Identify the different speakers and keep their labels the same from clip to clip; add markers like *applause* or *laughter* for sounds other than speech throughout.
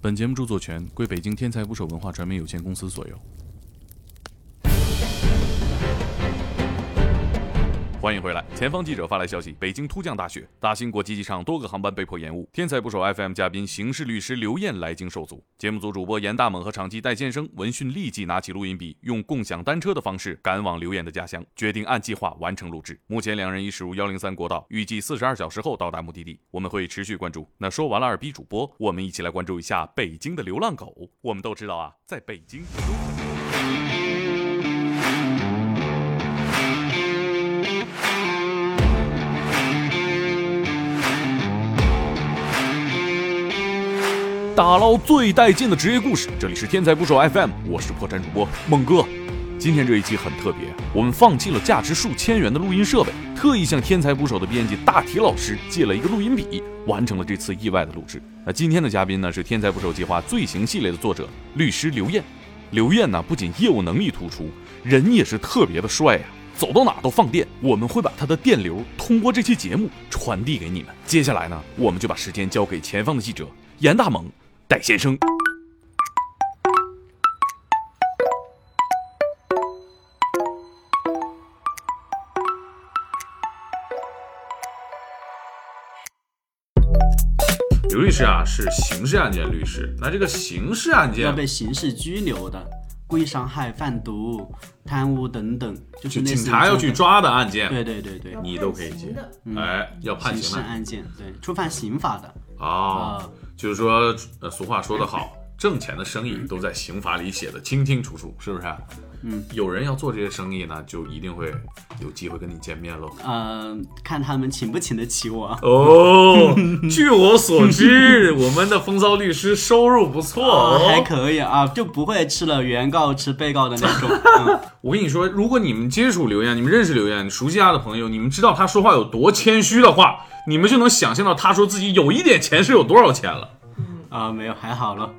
Speaker 1: 本节目著作权归北京天才捕手文化传媒有限公司所有。欢迎回来。前方记者发来消息：北京突降大雪，大兴国际机场多个航班被迫延误。天才捕手 FM 嘉宾刑事律师刘艳来京受阻。节目组主播严大猛和场记戴先生闻讯立即拿起录音笔，用共享单车的方式赶往刘艳的家乡，决定按计划完成录制。目前两人已驶入幺零三国道，预计四十二小时后到达目的地。我们会持续关注。那说完了二逼主播，我们一起来关注一下北京的流浪狗。我们都知道啊，在北京。打捞最带劲的职业故事，这里是天才捕手 FM，我是破产主播猛哥。今天这一期很特别，我们放弃了价值数千元的录音设备，特意向天才捕手的编辑大体老师借了一个录音笔，完成了这次意外的录制。那今天的嘉宾呢是天才捕手计划罪行系列的作者律师刘艳。刘艳呢不仅业务能力突出，人也是特别的帅呀、啊走到哪都放电。我们会把他的电流通过这期节目传递给你们。接下来呢，我们就把时间交给前方的记者严大猛、戴先生。
Speaker 2: 刘律师啊，是刑事案件律师。那这个刑事案件
Speaker 3: 要被刑事拘留的，故意伤害、贩毒、贪污等等，就是
Speaker 2: 就
Speaker 3: 类似
Speaker 2: 警
Speaker 3: 于
Speaker 2: 察要去
Speaker 3: 这种。
Speaker 2: 抓的案件，
Speaker 3: 对对对对，
Speaker 2: 你都可以接。哎，要判
Speaker 3: 刑事
Speaker 2: 刑的
Speaker 3: 案件，对，触犯刑法的
Speaker 2: 哦，
Speaker 3: 啊，
Speaker 2: 就是说，呃，俗话说得好，挣钱的生意都在刑法里写的清清楚楚，是不是？
Speaker 3: 嗯，
Speaker 2: 有人要做这些生意呢，就一定会有机会跟你见面喽。
Speaker 3: 呃，看他们请不请得起 *laughs* 我。
Speaker 2: *laughs* 哦，据我所知，我们的风骚律师收入不错哦
Speaker 3: 还可以啊，就不会吃了原告吃被告的
Speaker 2: *laughs*
Speaker 3: 那种。嗯、
Speaker 2: 我跟你说，如果你们接触刘艳，你们认识刘艳，你熟悉她的朋友，你们知道她说话有多谦虚的话，你们就能想象到她说自己有一点钱是有多少钱了。
Speaker 3: 啊，没有，还好了。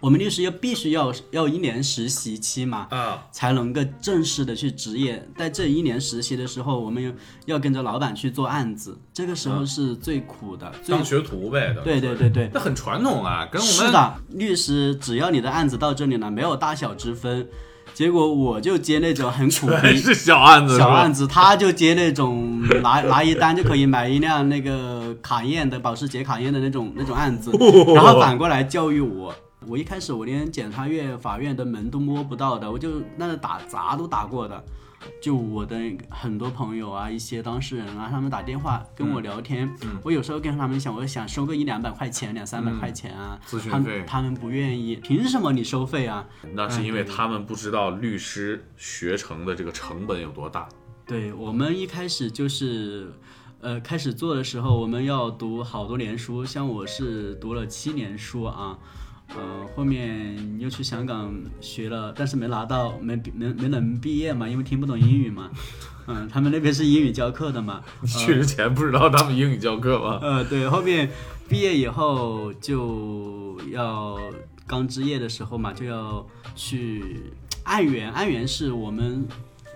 Speaker 3: 我们律师要必须要要一年实习期嘛，
Speaker 2: 啊，
Speaker 3: 才能够正式的去执业。在这一年实习的时候，我们有要跟着老板去做案子，这个时候是最苦的，最
Speaker 2: 嗯当学徒呗，等于
Speaker 3: 对对对对。
Speaker 2: 那很传统啊，跟我们
Speaker 3: 是的，律师只要你的案子到这里了，没有大小之分。结果我就接那种很苦
Speaker 2: 还
Speaker 3: 逼
Speaker 2: *laughs* 是小案子，
Speaker 3: 小案
Speaker 2: 子。
Speaker 3: 子，他就接那种拿 *laughs* 拿一单就可以买一辆那个卡宴的保时捷卡宴的那种那种案子，然后反过来教育我。我一开始我连检察院、法院的门都摸不到的，我就那打杂都打过的。就我的很多朋友啊，一些当事人啊，他们打电话跟我聊天，我有时候跟他们讲，我想收个一两百块钱、两三百块钱啊，
Speaker 2: 咨询
Speaker 3: 他们
Speaker 2: 费
Speaker 3: 他们不愿意，凭什么你收费啊？
Speaker 2: 那是因为他们不知道律师学成的这个成本有多
Speaker 3: *laughs*
Speaker 2: 大。
Speaker 3: 对我们一开始就是，呃，开始做的时候，我们要读好多年书，像我是读了七年书啊，呃，后面又去香港学了，但是没拿到，没毕没没能毕业嘛，因为听不懂英语嘛，嗯，他们那边是英语教课的嘛，
Speaker 2: 你去之前不知道他们英语教课吗？
Speaker 3: 呃，对，后面毕业以后就要刚职业的时候嘛，就要去按源，按源是我们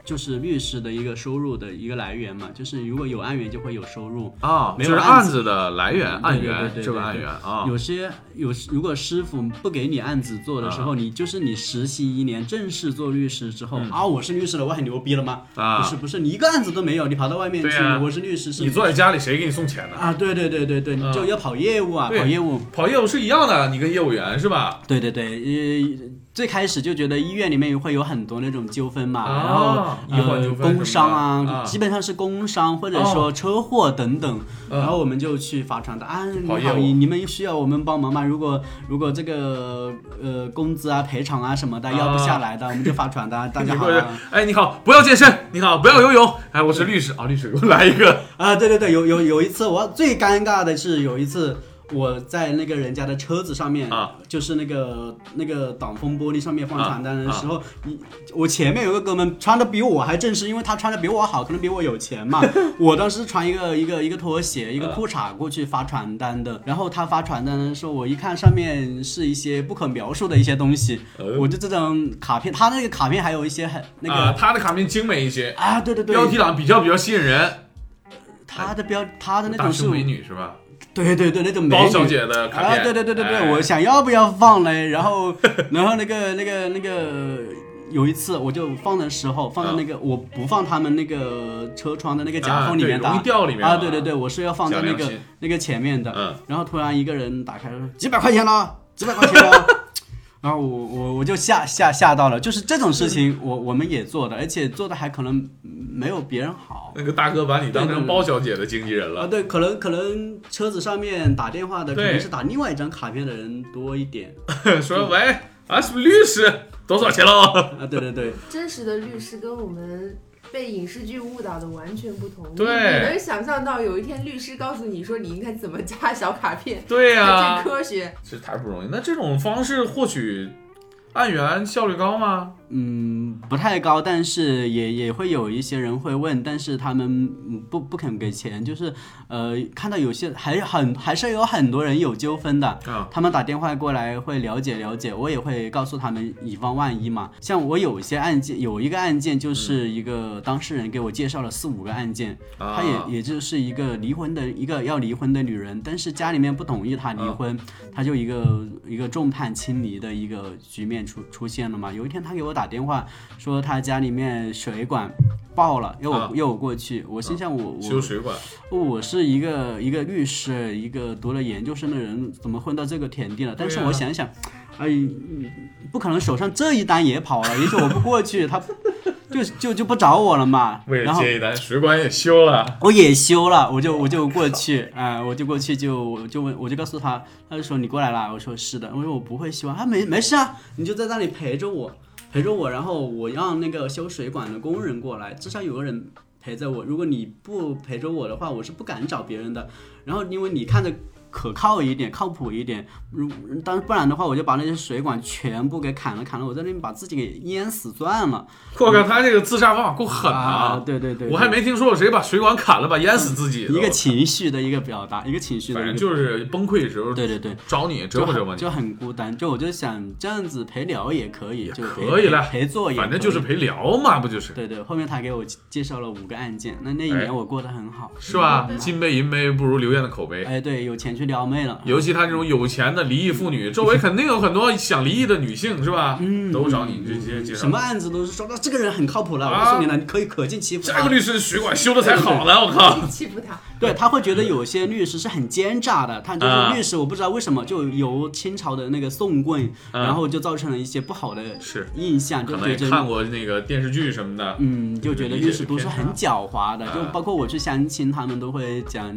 Speaker 3: 就是律师的一个收入的一个来源嘛，就是如果有案源就会有收入。
Speaker 2: 啊，
Speaker 3: 没
Speaker 2: 就
Speaker 3: 有
Speaker 2: 是
Speaker 3: 案
Speaker 2: 案子的来源，
Speaker 3: 对
Speaker 2: 案
Speaker 3: 对对
Speaker 2: 源，
Speaker 3: 对
Speaker 2: 这个
Speaker 3: 对
Speaker 2: 案
Speaker 3: 对
Speaker 2: 源啊，
Speaker 3: 有些有，如果师傅不给你案子做的时候，
Speaker 2: 啊
Speaker 3: 你就是你实习一年，正式做律师之后、啊，我是律师了，我很牛逼了吗？
Speaker 2: 嗯啊
Speaker 3: 不是不是，你一个案子都没有，你跑到外面
Speaker 2: 对
Speaker 3: 去，
Speaker 2: 呀
Speaker 3: 我是律师是
Speaker 2: 你坐在家里谁给你送钱呢？
Speaker 3: 啊，对对对对对，你就要跑业务啊，
Speaker 2: 对
Speaker 3: 跑业务。
Speaker 2: 跑业务是一样的，你跟业务员是吧？
Speaker 3: 对对对，呃，最开始就觉得医院里面会有很多那种纠纷嘛，
Speaker 2: 啊医
Speaker 3: 然后
Speaker 2: 患
Speaker 3: 呃
Speaker 2: 纠纷什么的
Speaker 3: 工伤啊，
Speaker 2: 啊哦
Speaker 3: 基本上是工伤或者说车祸等等，然后我们就去法传达啊，你
Speaker 2: 嗯跑
Speaker 3: 好，
Speaker 2: 业务
Speaker 3: 你你们需要我们帮忙吗？如果如果这个呃工资啊赔偿啊什么的要不下来的，我们就法传
Speaker 2: *laughs*
Speaker 3: 达，大
Speaker 2: 你
Speaker 3: 家好
Speaker 2: 过去
Speaker 3: 啊，
Speaker 2: 哎，你好，不要健身，你好，不要游泳，哎，我是律师啊，律师给我来一个，
Speaker 3: 啊，对对对，有有有一次我最尴尬的是有一次。我在那个人家的车子上面，
Speaker 2: 啊
Speaker 3: 就是那个那个挡风玻璃上面放
Speaker 2: 啊
Speaker 3: 传单的时候，你我前面有个哥们穿的比我还正式，因为他穿的比我好，可能比我有钱嘛。我当时穿一个一个一个拖鞋，一个
Speaker 2: 啊
Speaker 3: 裤衩过去发传单的，然后他发传单的时候，我一看上面是一些不可描述的一些东西，
Speaker 2: 哎
Speaker 3: 我就这张卡片，他那个卡片还有一些很那
Speaker 2: 啊
Speaker 3: 个
Speaker 2: 他的卡片精美一些，
Speaker 3: 啊，对对对，
Speaker 2: 标题党比较比较吸引人，
Speaker 3: 他的标他的那
Speaker 2: 大
Speaker 3: 种
Speaker 2: 胸
Speaker 3: 是
Speaker 2: 美女是吧？
Speaker 3: 对对对，那种美
Speaker 2: 包
Speaker 3: 女
Speaker 2: 小姐的卡
Speaker 3: 啊，
Speaker 2: 片，
Speaker 3: 对对对对对，
Speaker 2: 哎
Speaker 3: 我想要不要放嘞？然后 *laughs* 然后那个那个那个。有一次我就放的时候，放在那个、我不放他们那个车窗的那个夹缝里面
Speaker 2: 啊啊对
Speaker 3: 打，
Speaker 2: 容易掉里面
Speaker 3: 啊，
Speaker 2: 嘛
Speaker 3: 对对对，我是要放在那
Speaker 2: 讲良
Speaker 3: 个
Speaker 2: 心
Speaker 3: 那个前面的，
Speaker 2: 嗯
Speaker 3: 然后突然一个人打开了，几百块钱啦，几百块钱啦， *laughs* 然后我我我就吓吓吓到了，就是这种事情我我们也做的，而且做的还可能没有别人好，
Speaker 2: 那个大哥把你当
Speaker 3: 对对
Speaker 2: 成
Speaker 3: 对
Speaker 2: 包小姐的经纪人
Speaker 3: 啊，
Speaker 2: 了，
Speaker 3: 对，可能可能车子上面打电话的，可
Speaker 2: 对
Speaker 3: 能是打另外一张卡片的人多一点
Speaker 2: *laughs* 说喂啊什么律师多少钱
Speaker 3: *laughs*
Speaker 2: 了？
Speaker 3: 啊，对对对，
Speaker 4: 真实的律师跟我们被影视剧误导的完全不同。
Speaker 2: 对
Speaker 4: 你能想象到有一天律师告诉你说你应该怎么加小卡
Speaker 2: *laughs*
Speaker 4: 片，
Speaker 2: 对啊呀、
Speaker 4: 它最科学。
Speaker 2: 这太不容易。那这种方式获取案源效率高吗？
Speaker 3: 嗯，不太高，但是也也会有一些人会问，但是他们嗯不不肯给钱，就是呃，看到有些还很还是有很多人有纠纷的，
Speaker 2: 啊，
Speaker 3: 他们打电话过来会了解了解，我也会告诉他们，以防万一嘛。像我有一些案件，有一个案件
Speaker 2: 嗯
Speaker 3: 就是一个当事人给我介绍了四五个案件，
Speaker 2: 啊
Speaker 3: 她也也就是一个离婚的一个要离婚的女人，但是家里面不同意她离
Speaker 2: 嗯
Speaker 3: 婚，她就一个一个众叛亲离的一个局面出出现了嘛。有一天她给我打电话说她家里面水管爆了，要我、
Speaker 2: 啊
Speaker 3: 要我过去，我心想我、我
Speaker 2: 修水管，
Speaker 3: 我是一个一个律师，一个读了研究生的人，怎么混到这个田地了？但是
Speaker 2: 对啊
Speaker 3: 我想一想，哎，嗯不可能手上这一单也跑了，也许我不过去，他 *laughs* 就就就不找我了嘛。
Speaker 2: 为
Speaker 3: 然
Speaker 2: 了
Speaker 3: 后
Speaker 2: 接一单，水管也修了。
Speaker 3: 我也休了，我就我就过去，啊、我就过去就我就问我就告诉他，他就说你过来啦，我说是的，我说我不会修啊，他没没事啊，你就在那里陪着我，陪着我，然后我让那个修水管的工人过来，至少有个人陪着我，如果你不陪着我的话，我是不敢找别人的，然后因为你看着。可靠一点，靠谱一点。如当不然的话，我就把那些水管全部给砍了，砍了，我在那边把自己给淹死算了。
Speaker 2: 我靠，他这个自杀方法够狠啊！
Speaker 3: 对对对，
Speaker 2: 我还
Speaker 3: 对
Speaker 2: 没听说过谁把水管砍了吧，淹死自己的。
Speaker 3: 一个情绪的一个表达，一个情绪的
Speaker 2: 反
Speaker 3: 一
Speaker 2: 正就
Speaker 3: 个
Speaker 2: 是崩溃的时候
Speaker 3: 对对对，
Speaker 2: 找你折磨
Speaker 3: 就很
Speaker 2: 折磨你，
Speaker 3: 就很孤单。就我就想这样子陪聊也可以，就陪
Speaker 2: 可以了
Speaker 3: 陪陪坐也可以，
Speaker 2: 反正就是陪聊嘛，不就是
Speaker 3: 哎对对。后面他给我介绍了五个案件，那那一
Speaker 2: 哎
Speaker 3: 年我过得很好，
Speaker 2: 是吧？
Speaker 3: 嗯
Speaker 2: 金杯银杯不如刘艳的口碑。
Speaker 3: 哎，对，有钱去撩妹了，
Speaker 2: 尤其她这种有钱的离异妇女，周围肯定有很多想离异的女性，是吧？嗯，都找你这些介绍
Speaker 3: 什。么案子都是说，那这个人很靠谱了，
Speaker 2: 啊
Speaker 3: 我告诉你了，你可以可劲欺负
Speaker 2: 下一个
Speaker 3: 他。
Speaker 2: 律师水管修的才 *laughs* 好呢，我靠！
Speaker 4: 欺
Speaker 2: *laughs*
Speaker 4: 负他，
Speaker 3: 对他会觉得有些律师是很奸诈的，他就
Speaker 2: 啊
Speaker 3: 是律师，我不知道为什么就由清朝的那个宋棍，
Speaker 2: 啊
Speaker 3: 然后就造成了一些不好的
Speaker 2: 是
Speaker 3: 印象，就
Speaker 2: 可能
Speaker 3: 觉
Speaker 2: 也
Speaker 3: 得
Speaker 2: 看过那个电视剧什么的，
Speaker 3: 嗯，就觉得律师都是很狡猾的，
Speaker 2: 嗯
Speaker 3: 就包括我去相亲，他们都会讲，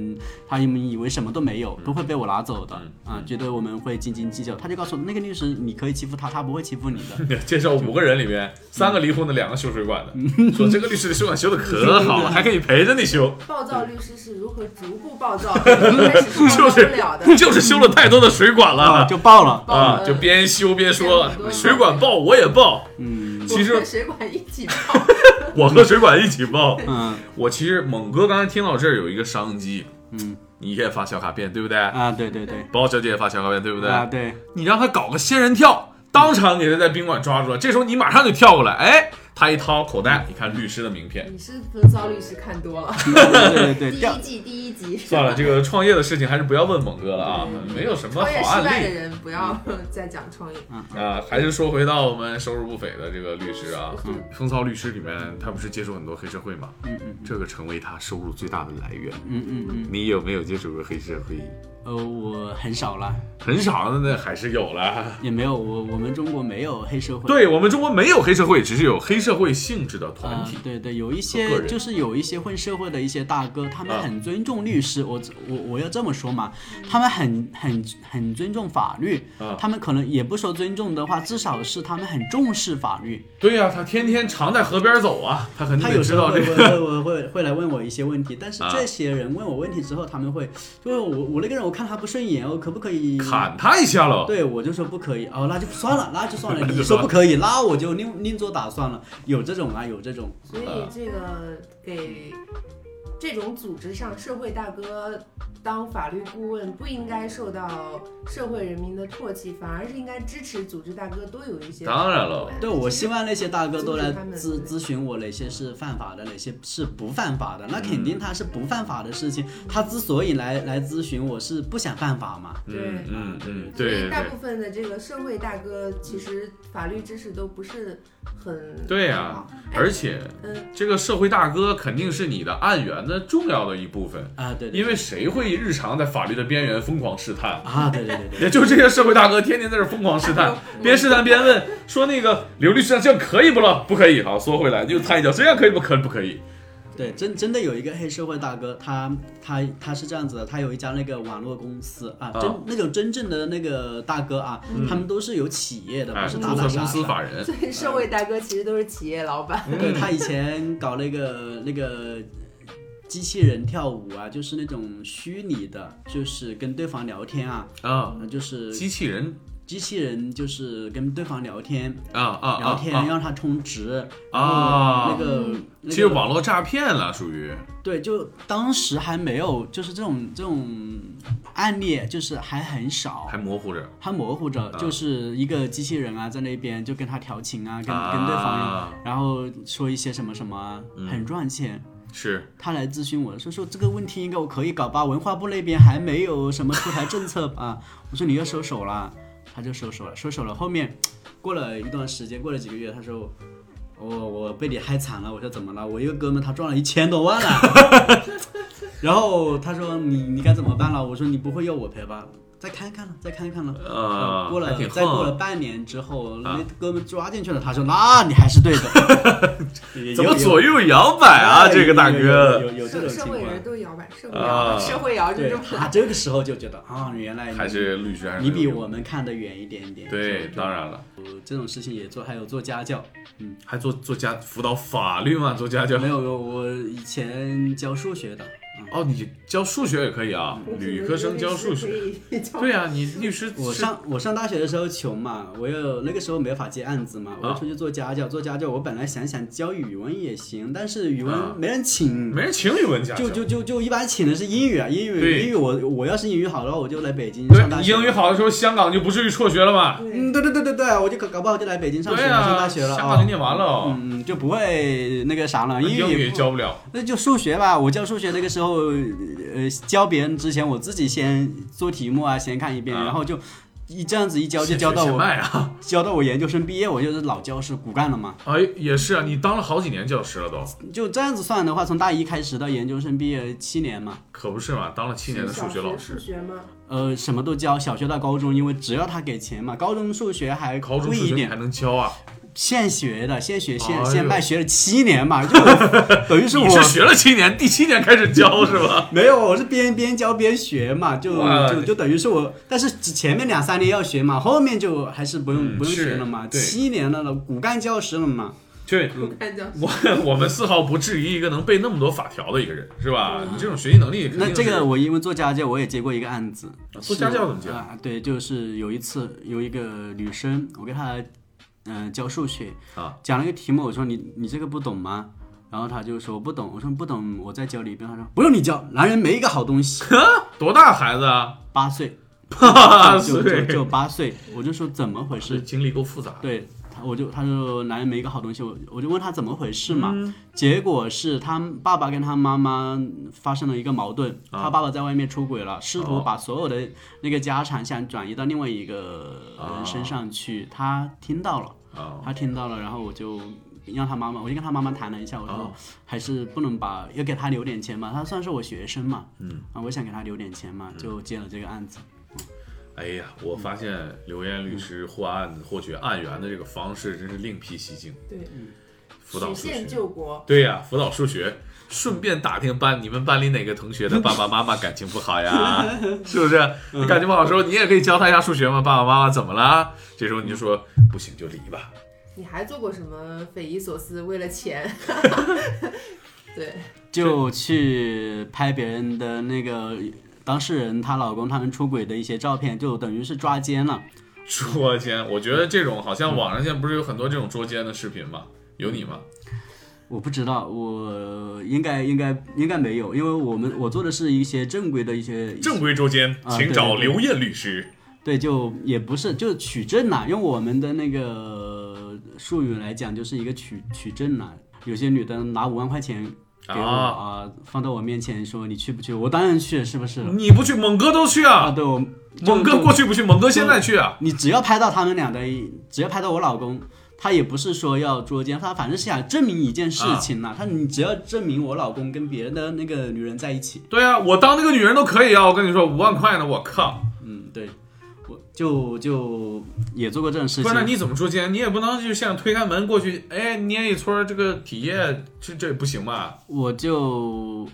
Speaker 3: 他们以为什么都没
Speaker 2: 嗯
Speaker 3: 有，都会被我拿走的啊，觉得我们会斤斤计较。他就告诉我，那个律师，你可以欺负他，他不会欺负你的。
Speaker 2: *laughs* *laughs* 介绍五个人里
Speaker 3: 嗯
Speaker 2: 面，三个离婚的，两个修水管的，说这个律师的水管修的可好了，还可以陪着你修，
Speaker 4: 暴躁律师是如何逐步暴躁，
Speaker 2: *laughs*
Speaker 4: 一开始是暴躁不了的。
Speaker 2: 就是修了太多的水管
Speaker 3: 啊，
Speaker 2: 了
Speaker 3: 就爆了。
Speaker 2: 啊！
Speaker 4: 嗯
Speaker 2: 就边修边说
Speaker 4: 嗯
Speaker 2: 水管爆我也爆，
Speaker 3: 嗯
Speaker 2: 其
Speaker 4: 我和
Speaker 2: 实
Speaker 4: 水管一起爆，
Speaker 2: *laughs* 我和水管一起
Speaker 3: *laughs*
Speaker 2: 爆。
Speaker 3: 嗯
Speaker 2: 我其实猛哥刚才听到这儿有一个商机，
Speaker 3: 嗯
Speaker 2: 你也发小卡片对不对？
Speaker 3: 啊，对对对
Speaker 2: 包小姐也发小卡片对不对？
Speaker 3: 啊，对，
Speaker 2: 你让他搞个仙人跳，当场给他在宾馆抓住了。这时候你马上就跳过来，哎，他一掏口
Speaker 3: 嗯
Speaker 2: 袋，一看律师的名片，
Speaker 4: 你是风骚律师看多了。
Speaker 3: 对对对
Speaker 4: 第
Speaker 3: 对，掉
Speaker 4: 一季第一集，
Speaker 2: 算
Speaker 4: *laughs*
Speaker 2: 了，这个创业的事情还是不要问猛哥了啊，
Speaker 3: 嗯
Speaker 2: 没有什么
Speaker 4: 创业
Speaker 2: 好啊
Speaker 4: 失败
Speaker 2: 案
Speaker 4: 的
Speaker 2: 例
Speaker 4: 人不要 *laughs* 再讲创业。
Speaker 2: 啊。还是说回到我们收入不菲的这个律师啊，风骚律师里面，他不是接触很多黑社会吗？
Speaker 3: 嗯嗯
Speaker 2: 这个成为他收入最大的来源。
Speaker 3: 嗯嗯嗯，
Speaker 2: 你有没有接触过黑社会？
Speaker 3: 呃，我很少了，
Speaker 2: 很少，那还是有了。
Speaker 3: 也没有，我我们中国没有黑社会。
Speaker 2: 对我们中国没有黑社会，只是有黑社会性质的团
Speaker 3: 啊
Speaker 2: 体，。
Speaker 3: 对对，有一
Speaker 2: 个
Speaker 3: 些
Speaker 2: 人
Speaker 3: 就是有一些混社会的一些大哥，他
Speaker 2: 啊
Speaker 3: 们很尊重律师，我我我要这么说嘛，他们很很很尊重法律
Speaker 2: 啊，
Speaker 3: 他们可能也不说尊重的话，至少是他们很重视法律。
Speaker 2: 对呀、他天天常在河边走啊，他肯定
Speaker 3: 他
Speaker 2: 得
Speaker 3: 有时
Speaker 2: 知
Speaker 3: 候
Speaker 2: 道
Speaker 3: 会
Speaker 2: 这
Speaker 3: 会
Speaker 2: 个。
Speaker 3: 会会会会来问我一些问题，但是
Speaker 2: 啊
Speaker 3: 这些人问我问题之后，他们会就是我我那个人我看他不顺眼，我可不可以？
Speaker 2: 砍他一下喽！
Speaker 3: 对，我就说不可以哦，那就算了，那就
Speaker 2: *laughs*
Speaker 3: 算了。
Speaker 2: 那就
Speaker 3: 你
Speaker 2: 算
Speaker 3: 说
Speaker 2: 了
Speaker 3: 不可以，那我就
Speaker 2: 嗯
Speaker 3: 另另做打算了。有这种啊，有这种。
Speaker 4: 所以这个给这种组织上，社会大哥当法律顾问不应该受到社会人民的唾弃，反而是应该支持组织大哥多有一些。
Speaker 2: 当然了
Speaker 3: 对，我希望那些大哥都来
Speaker 4: 就是
Speaker 3: 咨
Speaker 4: 他们
Speaker 3: 咨询我哪些是犯法的，哪些是不犯法的。那肯
Speaker 2: 嗯
Speaker 3: 定他是不犯法的事情，他之所以来来咨询我是不想犯法嘛。
Speaker 2: 嗯嗯嗯，
Speaker 4: 所
Speaker 2: 对
Speaker 4: 以大
Speaker 2: 对
Speaker 4: 部分的这个社会大哥其实法律知识都不是很
Speaker 2: 对啊呀
Speaker 4: 好，
Speaker 2: 而且
Speaker 4: 嗯
Speaker 2: 这个社会大哥肯定是你的案源的重要的一部分，
Speaker 3: 啊，对对
Speaker 2: 因为谁会日常在法律的边缘疯狂试探？
Speaker 3: 啊，对对对对，
Speaker 2: 也就这些社会大哥天天在这疯狂试探，
Speaker 3: *laughs*
Speaker 2: 边试探边问，说那个刘律师这样可以不了？不可以，好缩回来，又猜一脚，这样可以不可不可以？
Speaker 3: 对，真真的有一个黑社会大哥，他他他是这样子的，他有一家那个网络公司啊，
Speaker 2: 啊
Speaker 3: 真那种真正的那个大哥啊，他们都是有企业的，
Speaker 2: 嗯哎，
Speaker 3: 不是
Speaker 2: 注
Speaker 3: 打
Speaker 2: 册
Speaker 3: 打
Speaker 2: 公
Speaker 3: 杀
Speaker 2: 司
Speaker 3: 杀。
Speaker 2: 法人，
Speaker 4: 嗯所以社会大哥其实都是企业老板。
Speaker 3: *laughs*
Speaker 2: 嗯
Speaker 3: 对他以前搞那个那个机器人跳舞啊，就是那种虚拟的，就是跟对方聊天啊，
Speaker 2: 啊，
Speaker 3: 呃就是
Speaker 2: 机器人
Speaker 3: 机器人就是跟对方聊天，
Speaker 2: 啊啊
Speaker 3: 聊
Speaker 2: 啊
Speaker 3: 天
Speaker 2: 啊
Speaker 3: 让他充值
Speaker 2: 啊
Speaker 3: 然后那个那
Speaker 2: 嗯其实
Speaker 3: 个
Speaker 2: 网络诈骗了，属于
Speaker 3: 对，就当时还没有，就是这种这种案例，就是还很少
Speaker 2: 还。模糊着，
Speaker 3: 还模糊着，就是一个机器人啊，在那边就跟他调情啊，跟跟
Speaker 2: 啊嗯
Speaker 3: 对方，然后说一些什么什么啊，很赚钱。
Speaker 2: 是
Speaker 3: 他来咨询我，说说这个问题应该我可以搞吧，文化部那边还没有什么出台政策吧。 *laughs* 我说你要收手了，他就收手了，收手了。后面过了一段时间，过了几个月，他说我我被你害惨了。我说怎么了？我一个哥们他赚了一千多万了。然后他说你你该怎么办了？我说你不会要我赔吧？再看看了，再看看了。
Speaker 2: 啊，
Speaker 3: 呃过了
Speaker 2: 还挺
Speaker 3: 再过了
Speaker 2: 横，
Speaker 3: 半年之后，
Speaker 2: 啊
Speaker 3: 那哥们抓进去了。他说那你还是对的，
Speaker 2: *laughs* 怎么左右摇摆啊？
Speaker 3: 哎有
Speaker 2: 这个大
Speaker 3: 有
Speaker 2: 哥
Speaker 3: 有有有这
Speaker 4: 社
Speaker 3: 种
Speaker 4: 社
Speaker 3: 情
Speaker 4: 会
Speaker 3: 况。
Speaker 4: 人都摇摆，社会
Speaker 2: 啊
Speaker 4: 摇摆，社会摇就
Speaker 3: 对
Speaker 4: 这么
Speaker 3: 他这个时候就觉得啊、原来你
Speaker 2: 还是律师还是
Speaker 3: 你比我们看得远一点点。
Speaker 2: 对，当然了，
Speaker 3: 我这种事情也做，还有做家教。
Speaker 2: 还做做家辅导法律嘛，做家教
Speaker 3: 没。有，有我以前教数学的，
Speaker 2: 哦，你教数学也可以啊，理科生教数学。，对啊，
Speaker 4: 呀，
Speaker 2: 你律师
Speaker 3: 我
Speaker 2: 是
Speaker 3: 上我上大学的时候穷嘛，我有那个时候没法接案子嘛，我
Speaker 2: 啊
Speaker 3: 就出去做家教。做家教，我本来想想教语文也行，但是语
Speaker 2: 啊
Speaker 3: 文没人请。
Speaker 2: 没人请语文家教
Speaker 3: 就。就就就一般请的是英语啊，英
Speaker 2: 对
Speaker 3: 语英语我我要是英语好的话，我就来北京上大
Speaker 2: 对，
Speaker 3: 学。
Speaker 2: 英语，好的时候，香港就不至于辍学了吧？
Speaker 3: 嗯，对对对对对，我就搞搞不好就来北京上学
Speaker 2: 对
Speaker 3: 了，
Speaker 2: 啊，
Speaker 3: 上大学了
Speaker 2: 香
Speaker 3: 啊。
Speaker 2: 港就念完了哦，
Speaker 3: 嗯，就不会那个啥了，啊英
Speaker 2: 英
Speaker 3: 语
Speaker 2: 语
Speaker 3: 也
Speaker 2: 也
Speaker 3: 不
Speaker 2: 教不了。
Speaker 3: 那就数学吧。我教数学那个时候，呃，教别人之前，我自己先做题目啊，先看一遍，
Speaker 2: 啊
Speaker 3: 然后就一这样子一教就
Speaker 2: 现
Speaker 3: 教
Speaker 2: 学
Speaker 3: 到
Speaker 2: 现
Speaker 3: 我
Speaker 2: 卖啊！
Speaker 3: 教到我研究生毕业，我就是老教师骨干了嘛。
Speaker 2: 哎，也是啊，你当了好几年教师了都，
Speaker 3: 就这样子算的话，从大一开始到研究生毕业七年嘛，
Speaker 2: 可不是嘛？当了七年的数学老师
Speaker 4: 数，学吗？
Speaker 3: 呃，什么都教，小学到高中，因为只要他给钱嘛，高中数学还
Speaker 2: 高中
Speaker 3: 贵
Speaker 2: 数
Speaker 3: 一
Speaker 2: 学还
Speaker 3: 点，
Speaker 2: 能教啊？
Speaker 3: 现学的，现学
Speaker 2: 哎呦
Speaker 3: 现现卖，学了七年
Speaker 2: *laughs*
Speaker 3: 嘛，就等于是
Speaker 2: 你
Speaker 3: 我
Speaker 2: 是学了七年，第七年开始教啊是吧？
Speaker 3: 没有，我是边边教边学嘛，就
Speaker 2: 哇
Speaker 3: 就就等于是我，但是只前面两三年要学嘛，后面就还是不用、
Speaker 2: 嗯
Speaker 3: 不用
Speaker 2: 是
Speaker 3: 学了嘛，
Speaker 2: 对
Speaker 3: 七年了了，骨干教师了嘛，
Speaker 2: 对，
Speaker 4: 不看教
Speaker 2: 我我们丝毫不质疑一个能背那么多法条的一个人，是吧？你这种学习能力肯定
Speaker 3: 啊那
Speaker 2: 是，
Speaker 3: 这个我因为做家教，我也接过一个案子，
Speaker 2: 做家教怎么
Speaker 3: 是
Speaker 2: 教
Speaker 3: 啊、对，就是有一次有一个女生，我给她嗯、呃教数学
Speaker 2: 啊，
Speaker 3: 讲了一个题目，我说你你这个不懂吗？然后她就说不懂，我说不懂，我再教你一遍。她说不用你教，男人没一个好东西。
Speaker 2: 多大孩子啊？*laughs*
Speaker 3: 八岁，
Speaker 2: 八 *laughs*
Speaker 3: *laughs* 就就就
Speaker 2: 岁，
Speaker 3: 就八岁，我就说怎么回事
Speaker 2: 这？经历够复杂的。
Speaker 3: 对，他我就他说男人没一个好东西，我我就问他怎么回事嘛，
Speaker 2: 嗯
Speaker 3: 结果是他爸爸跟他妈妈发生了一个矛盾，他爸爸在外面出轨了，试图
Speaker 2: 啊哦
Speaker 3: 把所有的那个家产想转移到另外一个人身上去，他听到了，
Speaker 2: 啊，
Speaker 3: 他听到了，然后我就。让他妈妈，我就跟他妈妈谈了一下，我
Speaker 2: 哦
Speaker 3: 说还是不能把，要给他留点钱嘛，他算是我学生嘛，嗯，啊，我想给他留点钱
Speaker 2: 嗯
Speaker 3: 嘛，就接了这个案子。
Speaker 2: 哎呀，我发现刘艳律师获案获取案源的这个方式真是另辟蹊径，
Speaker 4: 对，
Speaker 2: 辅导
Speaker 4: 曲
Speaker 2: 数学
Speaker 4: 线。救国，
Speaker 2: 对呀、辅导数学，顺便打听班你们班里哪个同学的爸爸妈妈感情不好呀？是不是？你感情不好的时候，你也可以教他一下数学嘛，爸爸妈妈怎么啦？这时候你就说不行就离吧。
Speaker 4: 你还做过什么匪夷所思？为了钱， *laughs* 对，
Speaker 3: 就去拍别人的那个当事人她老公他们出轨的一些照片，就等于是抓奸了。
Speaker 2: 捉奸，我觉得这种好像网上现在不是有很多这种捉奸的视频吗？有你吗？
Speaker 3: 我不知道，我应该应该应该没有，因为我们我做的是一些正规的一些
Speaker 2: 正规周间，
Speaker 3: 啊
Speaker 2: 请找
Speaker 3: 对对对
Speaker 2: 刘艳律师。
Speaker 3: 对，就也不是，就是取证啦。用我们的那个术语来讲，就是一个取取证啦。有些女的拿五万块钱给我啊、放到我面前说你去不去？我当然去，是不是？
Speaker 2: 你不去，猛哥都去
Speaker 3: 啊，
Speaker 2: 啊！
Speaker 3: 对，我
Speaker 2: 猛哥过，去不去，猛哥现在去啊！
Speaker 3: 就你只要拍到他们俩的，只要拍到我老公。他也不是说要捉奸，他反正是想证明一件事情
Speaker 2: 啊
Speaker 3: 啦。他你只要证明我老公跟别的那个女人在一起，
Speaker 2: 对啊，我当那个女人都可以啊！我跟你说，五万块呢，我靠！
Speaker 3: 嗯，对，我就就也做过这种事
Speaker 2: 不
Speaker 3: 情
Speaker 2: 是，。那你怎么捉奸？你也不能就像推开门过去，哎，捏一撮这个体液，这这也不行吧？
Speaker 3: 我就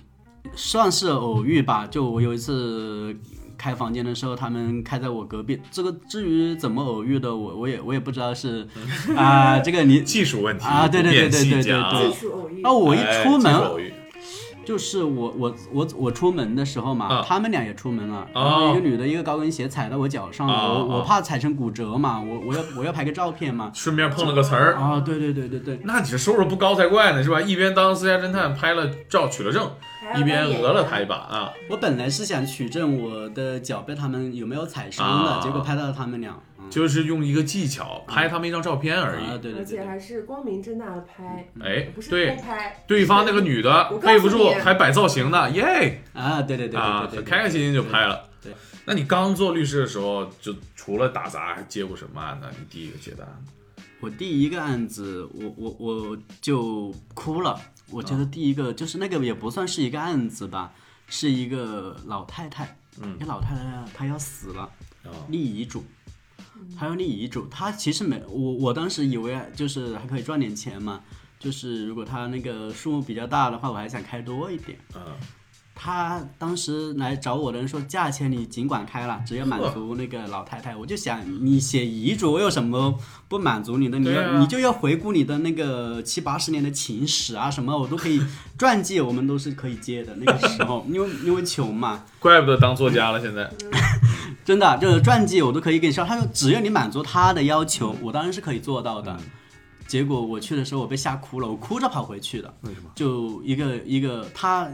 Speaker 3: 算是偶遇吧，就我有一次开房间的时候，他们开在我隔壁。这个至于怎么偶遇的，我我也我也不知道是
Speaker 2: *laughs*
Speaker 3: 啊、这个你
Speaker 2: 技术问题
Speaker 3: 啊对对对对对
Speaker 2: 不
Speaker 3: 对
Speaker 2: 便
Speaker 4: 技
Speaker 2: 细
Speaker 4: 术偶遇。
Speaker 3: 那我一
Speaker 2: 讲
Speaker 3: 出门
Speaker 2: 哎技术偶遇
Speaker 3: 就是我我我我出门的时候嘛，
Speaker 2: 啊
Speaker 3: 他们俩也出门了，然
Speaker 2: 哦
Speaker 3: 后一个女的一个高跟鞋踩到我脚上了，
Speaker 2: 哦哦
Speaker 3: 我我怕踩成骨折嘛，我我要我要拍个照
Speaker 2: *laughs*
Speaker 3: 片嘛。
Speaker 2: 顺便碰了个词儿，
Speaker 3: 啊，对对对对对，
Speaker 2: 那你这收入不高才怪呢，是吧？一边当私家侦探拍了照取了证，
Speaker 4: 还要
Speaker 2: 一边
Speaker 4: 当演
Speaker 2: 讹了
Speaker 4: 员
Speaker 2: 他一把啊！
Speaker 3: 我本来是想取证我的脚被他们有没有踩伤
Speaker 2: 啊
Speaker 3: 的，结果拍到了他们俩。嗯
Speaker 2: 就是用一个技巧拍他们一张照片而
Speaker 3: 啊，
Speaker 2: 已。
Speaker 3: 对对
Speaker 4: 而
Speaker 3: 对
Speaker 4: 且
Speaker 3: 对。
Speaker 4: 还是光明正大的拍，
Speaker 2: 哎
Speaker 4: 不，是
Speaker 2: 对
Speaker 4: 偷，拍。
Speaker 2: 对方那个女的
Speaker 4: 我告诉
Speaker 2: 背不住
Speaker 4: 你
Speaker 2: 还摆造型呢，耶！
Speaker 3: 啊，对对对
Speaker 2: 啊
Speaker 3: 对对，对，
Speaker 2: 开开心心就拍了。
Speaker 3: 对对
Speaker 2: 那你刚做律师的时候，就除了打杂，还接过什么案呢？你第一个接的案
Speaker 3: 我第一个案子，我我我就哭了。我觉
Speaker 2: 啊
Speaker 3: 得第一个、就是那个也不算是一个案子吧，是一个老太太，
Speaker 2: 嗯
Speaker 3: 一个老太太她要死了，
Speaker 2: 啊，
Speaker 3: 立遗嘱，她要立遗嘱。她其实没，我我当时以为就是还可以赚点钱嘛，就是如果她那个数目比较大的话，我还想开多一点。
Speaker 2: 嗯，
Speaker 3: 他当时来找我的人说，价钱你尽管开了，只要满足那个老太太。我就想，你写遗嘱我有什么不满足你的？你
Speaker 2: 对
Speaker 3: 要、
Speaker 2: 啊
Speaker 3: 你就要回顾你的那个七八十年的情史啊，什么我都可以 *laughs* 传记，我们都是可以接的。那个时候，因为因为穷嘛，
Speaker 2: 怪不得当作家了，现在
Speaker 3: 真的就是传记我都可以给你上。他说，只要你满足他的要求，我当然是可以做到的。
Speaker 2: 嗯
Speaker 3: 结果我去的时候，我被吓哭了，我哭着跑回去的。
Speaker 2: 为什么？
Speaker 3: 就一个一个他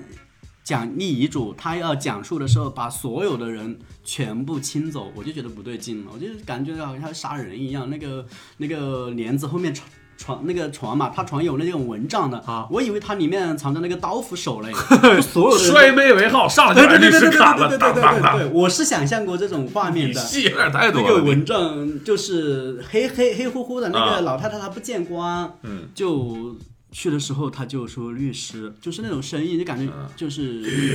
Speaker 3: 讲立遗嘱，他要讲述的时候，把所有的人全部清走，我就觉得不对劲了，我就感觉好像要杀人一样。那个那个帘子后面床床那个床嘛，他床有那种蚊帐的，
Speaker 2: 啊
Speaker 3: 我以为它里面藏着那个刀斧
Speaker 2: *laughs*
Speaker 3: 手嘞，就所有的人
Speaker 2: 摔杯为号，上来就
Speaker 3: 对
Speaker 2: 把
Speaker 3: 对对
Speaker 2: 律
Speaker 3: 对
Speaker 2: 师
Speaker 3: 对对
Speaker 2: 砍了，
Speaker 3: 对对
Speaker 2: 当
Speaker 3: 对
Speaker 2: 当
Speaker 3: 对
Speaker 2: 当！
Speaker 3: 对，我是想象过这种画面
Speaker 2: 你
Speaker 3: 的。
Speaker 2: 戏有点太多
Speaker 3: 那个
Speaker 2: 了。
Speaker 3: 蚊帐就是黑黑黑乎乎的，那
Speaker 2: 啊
Speaker 3: 个老太太她不见光，
Speaker 2: 嗯，
Speaker 3: 就去的时候她就说律师，就是那种声音，就感觉就是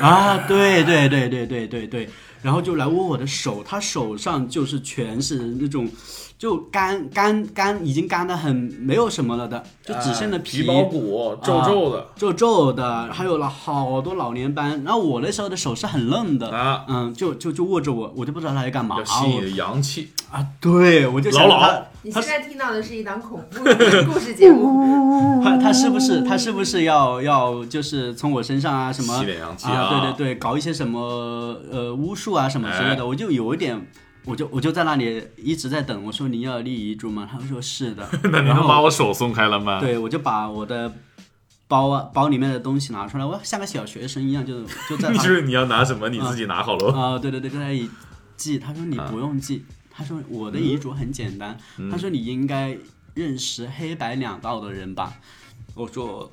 Speaker 3: 啊，对对对对对对对，然后就来握我的手，她手上就是全是那种就干干干，已经干的很没有什么了的，就只剩了
Speaker 2: 皮包骨，皱皱的
Speaker 3: 皱皱的，还有了好多老年斑。然后我那时候的手是很嫩的，
Speaker 2: 啊，
Speaker 3: 嗯，就就就握着我，我就不知道他在干嘛
Speaker 2: 要
Speaker 3: 啊
Speaker 2: 吸引阳气。
Speaker 3: 我啊！对，我就想
Speaker 2: 牢牢
Speaker 3: 他
Speaker 4: 你
Speaker 3: 他
Speaker 4: 现在听到的是一档恐怖
Speaker 2: *laughs*
Speaker 4: 的故事节目，
Speaker 3: 他他是不是他是不是要要就是从我身上啊什么
Speaker 2: 吸点阳气
Speaker 3: 啊？对对对，搞一些什么呃巫术啊什么之类
Speaker 2: 哎
Speaker 3: 的，我就有一点。我就我就在那里一直在等，我说你要立遗嘱吗？他们说是的
Speaker 2: *laughs* ，那你啊
Speaker 3: 然
Speaker 2: 能
Speaker 3: 后
Speaker 2: 把我手松开了吗？
Speaker 3: 对，我就把我的包啊包里面的东西拿出来，我像个小学生一样就就在
Speaker 2: 你
Speaker 3: 他
Speaker 2: 就是你要拿什么，你自己拿好喽。
Speaker 3: 啊、对对对，就在那里记。他说你不用记，他说我的遗嘱很简单，他说你应该认识黑白两道的人吧。我说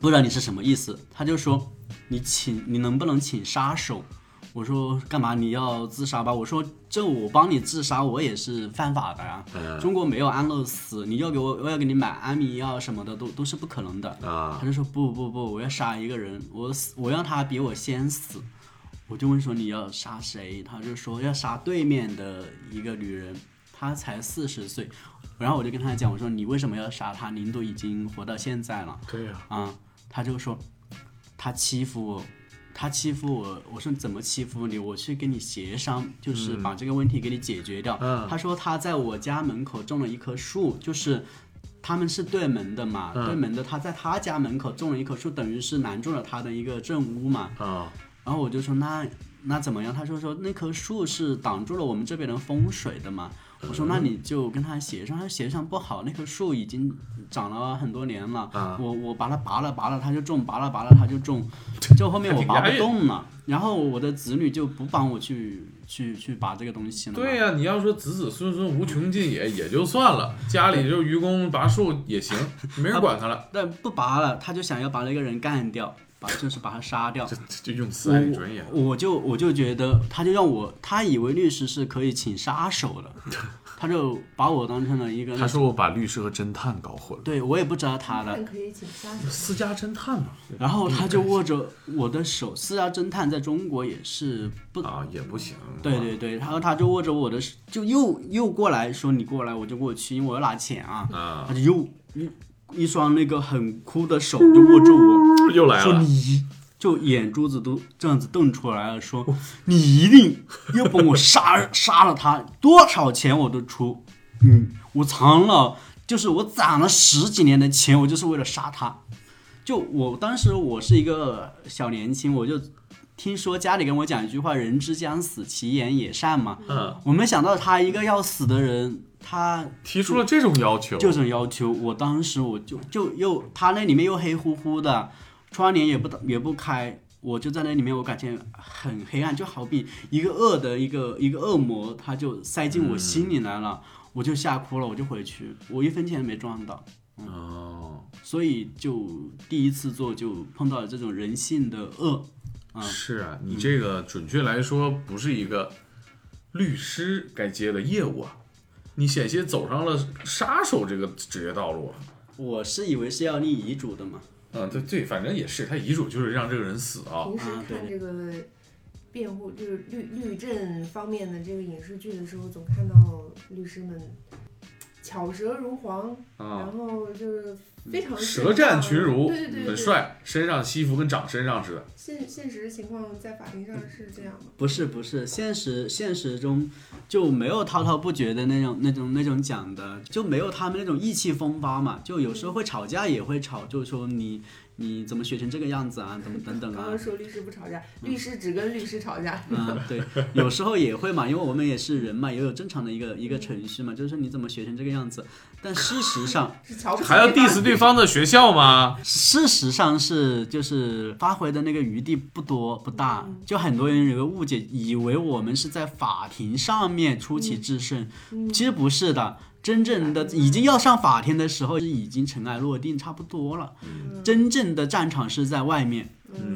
Speaker 3: 不知道你是什么意思，他就说你请你能不能请杀手？我说干嘛你要自杀吧？我说这我帮你自杀，我也是犯法的呀、中国没有安乐死，你要给我我要给你买安眠药什么的都都是不可能的。
Speaker 2: 啊，
Speaker 3: 他就说不不不，我要杀一个人，我死我让他比我先死。我就问说你要杀谁？他就说要杀对面的一个女人，她才四十岁。然后我就跟他讲，我说你为什么要杀她？您都已经活到现在了
Speaker 2: 对呀，
Speaker 3: 啊、他就说他欺负我，他欺负我。我说怎么欺负你？我去跟你协商，就是把这个问题给你解决掉。
Speaker 2: 嗯
Speaker 3: 他说他在我家门口种了一棵树，就是他们是对门的嘛，
Speaker 2: 嗯
Speaker 3: 对门的他在他家门口种了一棵树，等于是拦住了他的一个正屋嘛。
Speaker 2: 啊，
Speaker 3: 然后我就说那那怎么样？他说说那棵树是挡住了我们这边的风水的嘛。我说
Speaker 2: 嗯
Speaker 3: 那你就跟他协商，他说协商不好，那棵树已经长了很多年了，
Speaker 2: 啊
Speaker 3: 我我把它拔了拔了，它就种，拔了拔了它就种，
Speaker 2: *laughs*
Speaker 3: 就后面我拔不动了，然后我的子女就不帮我去去去拔这个东西了嘛，
Speaker 2: 对呀、你要说子子孙孙无穷尽也也就算了，家里就愚公拔树也行，没人管他了。
Speaker 3: 但不拔了，他就想要把那个人干掉，把就是把他杀掉
Speaker 2: 这。这用词还挺专业。
Speaker 3: 我我就我就觉得，他就让我，他以为律师是可以请杀
Speaker 2: *laughs*
Speaker 3: 手的，他就把我当成了一个那种。
Speaker 1: 他说我把律师和侦探搞混了。
Speaker 3: 对我也不知道他
Speaker 2: *laughs*
Speaker 3: 的，
Speaker 4: 看可以请杀手。
Speaker 2: 私家侦探嘛，
Speaker 3: 然后他就握着我的手，私家侦探在中国也是不，
Speaker 2: 啊也不行。
Speaker 3: 对对对，然后他就握着我的手，就又又过来说你过来，我就过去，因为我要拿钱啊，
Speaker 2: 啊，
Speaker 3: 他就又一一双那个很枯的手就握住我，
Speaker 2: 又来
Speaker 3: 说
Speaker 2: 了。
Speaker 3: 你就眼珠子都这样子瞪出来了，说你一定要帮我杀杀了他，多少钱我都出，嗯，我藏了，就是我攒了十几年的钱，我就是为了杀他。就我当时我是一个小年轻，我就听说家里跟我讲一句话“人之将死，其言也善”嘛，
Speaker 2: 嗯，
Speaker 3: 我没想到他一个要死的人，他
Speaker 2: 提出了这种要求，
Speaker 3: 就这种要求，我当时我就就又他那里面又黑乎乎的，窗帘也不打也不开，我就在那里面，我感觉很黑暗，就好比一个恶的一个一个恶魔，他就塞进我心里来了，我就吓哭了，我就回去，我一分钱没赚到，
Speaker 2: 哦，
Speaker 3: 所以就第一次做就碰到了这种人性的恶，嗯
Speaker 2: 是啊，你这个准确来说不是一个律师该接的业务啊，你险些走上了杀手这个职业道路啊。
Speaker 3: 我是以为是要立遗嘱的嘛，
Speaker 2: 嗯，对对，反正也是，他遗嘱就是让这个人死啊。
Speaker 4: 平时
Speaker 3: 啊对
Speaker 4: 看这个辩护就是律律政方面的这个影视剧的时候，总看到律师们巧舌如簧，
Speaker 2: 啊，嗯
Speaker 4: 然后就是非常
Speaker 2: 舌战群儒，
Speaker 4: 嗯对对对
Speaker 2: 很
Speaker 4: 对，
Speaker 2: 帅，身上西服跟长身上似的。
Speaker 4: 现现实情况在法庭上
Speaker 2: 嗯
Speaker 4: 是这样吗？
Speaker 3: 不是不是，现实现实中就没有滔滔不绝的那种那种那种讲的，就没有他们那种意气风发嘛。就有时候会吵架，也会吵，就说你你怎么学成这个样子啊，怎么等等
Speaker 4: 刚
Speaker 3: 啊
Speaker 2: 嗯
Speaker 4: 刚，说律师不吵架，律师只跟律师吵架。
Speaker 3: 嗯，对，有时候也会嘛，因为我们也是人嘛，也有正常的一个一个程序嘛，就是你怎么学成这个样子。但事实上，
Speaker 4: 是瞧不起
Speaker 2: 还要
Speaker 4: 对方
Speaker 2: diss 对方的学校吗？
Speaker 3: 事实上是就是发挥的那个余地不多不大，就很多人有个误解，以为我们是在法庭上面出奇制胜，其实不是的。真正的已经要上法庭的时候，已经尘埃落定，差不多了。真正的战场是在外面，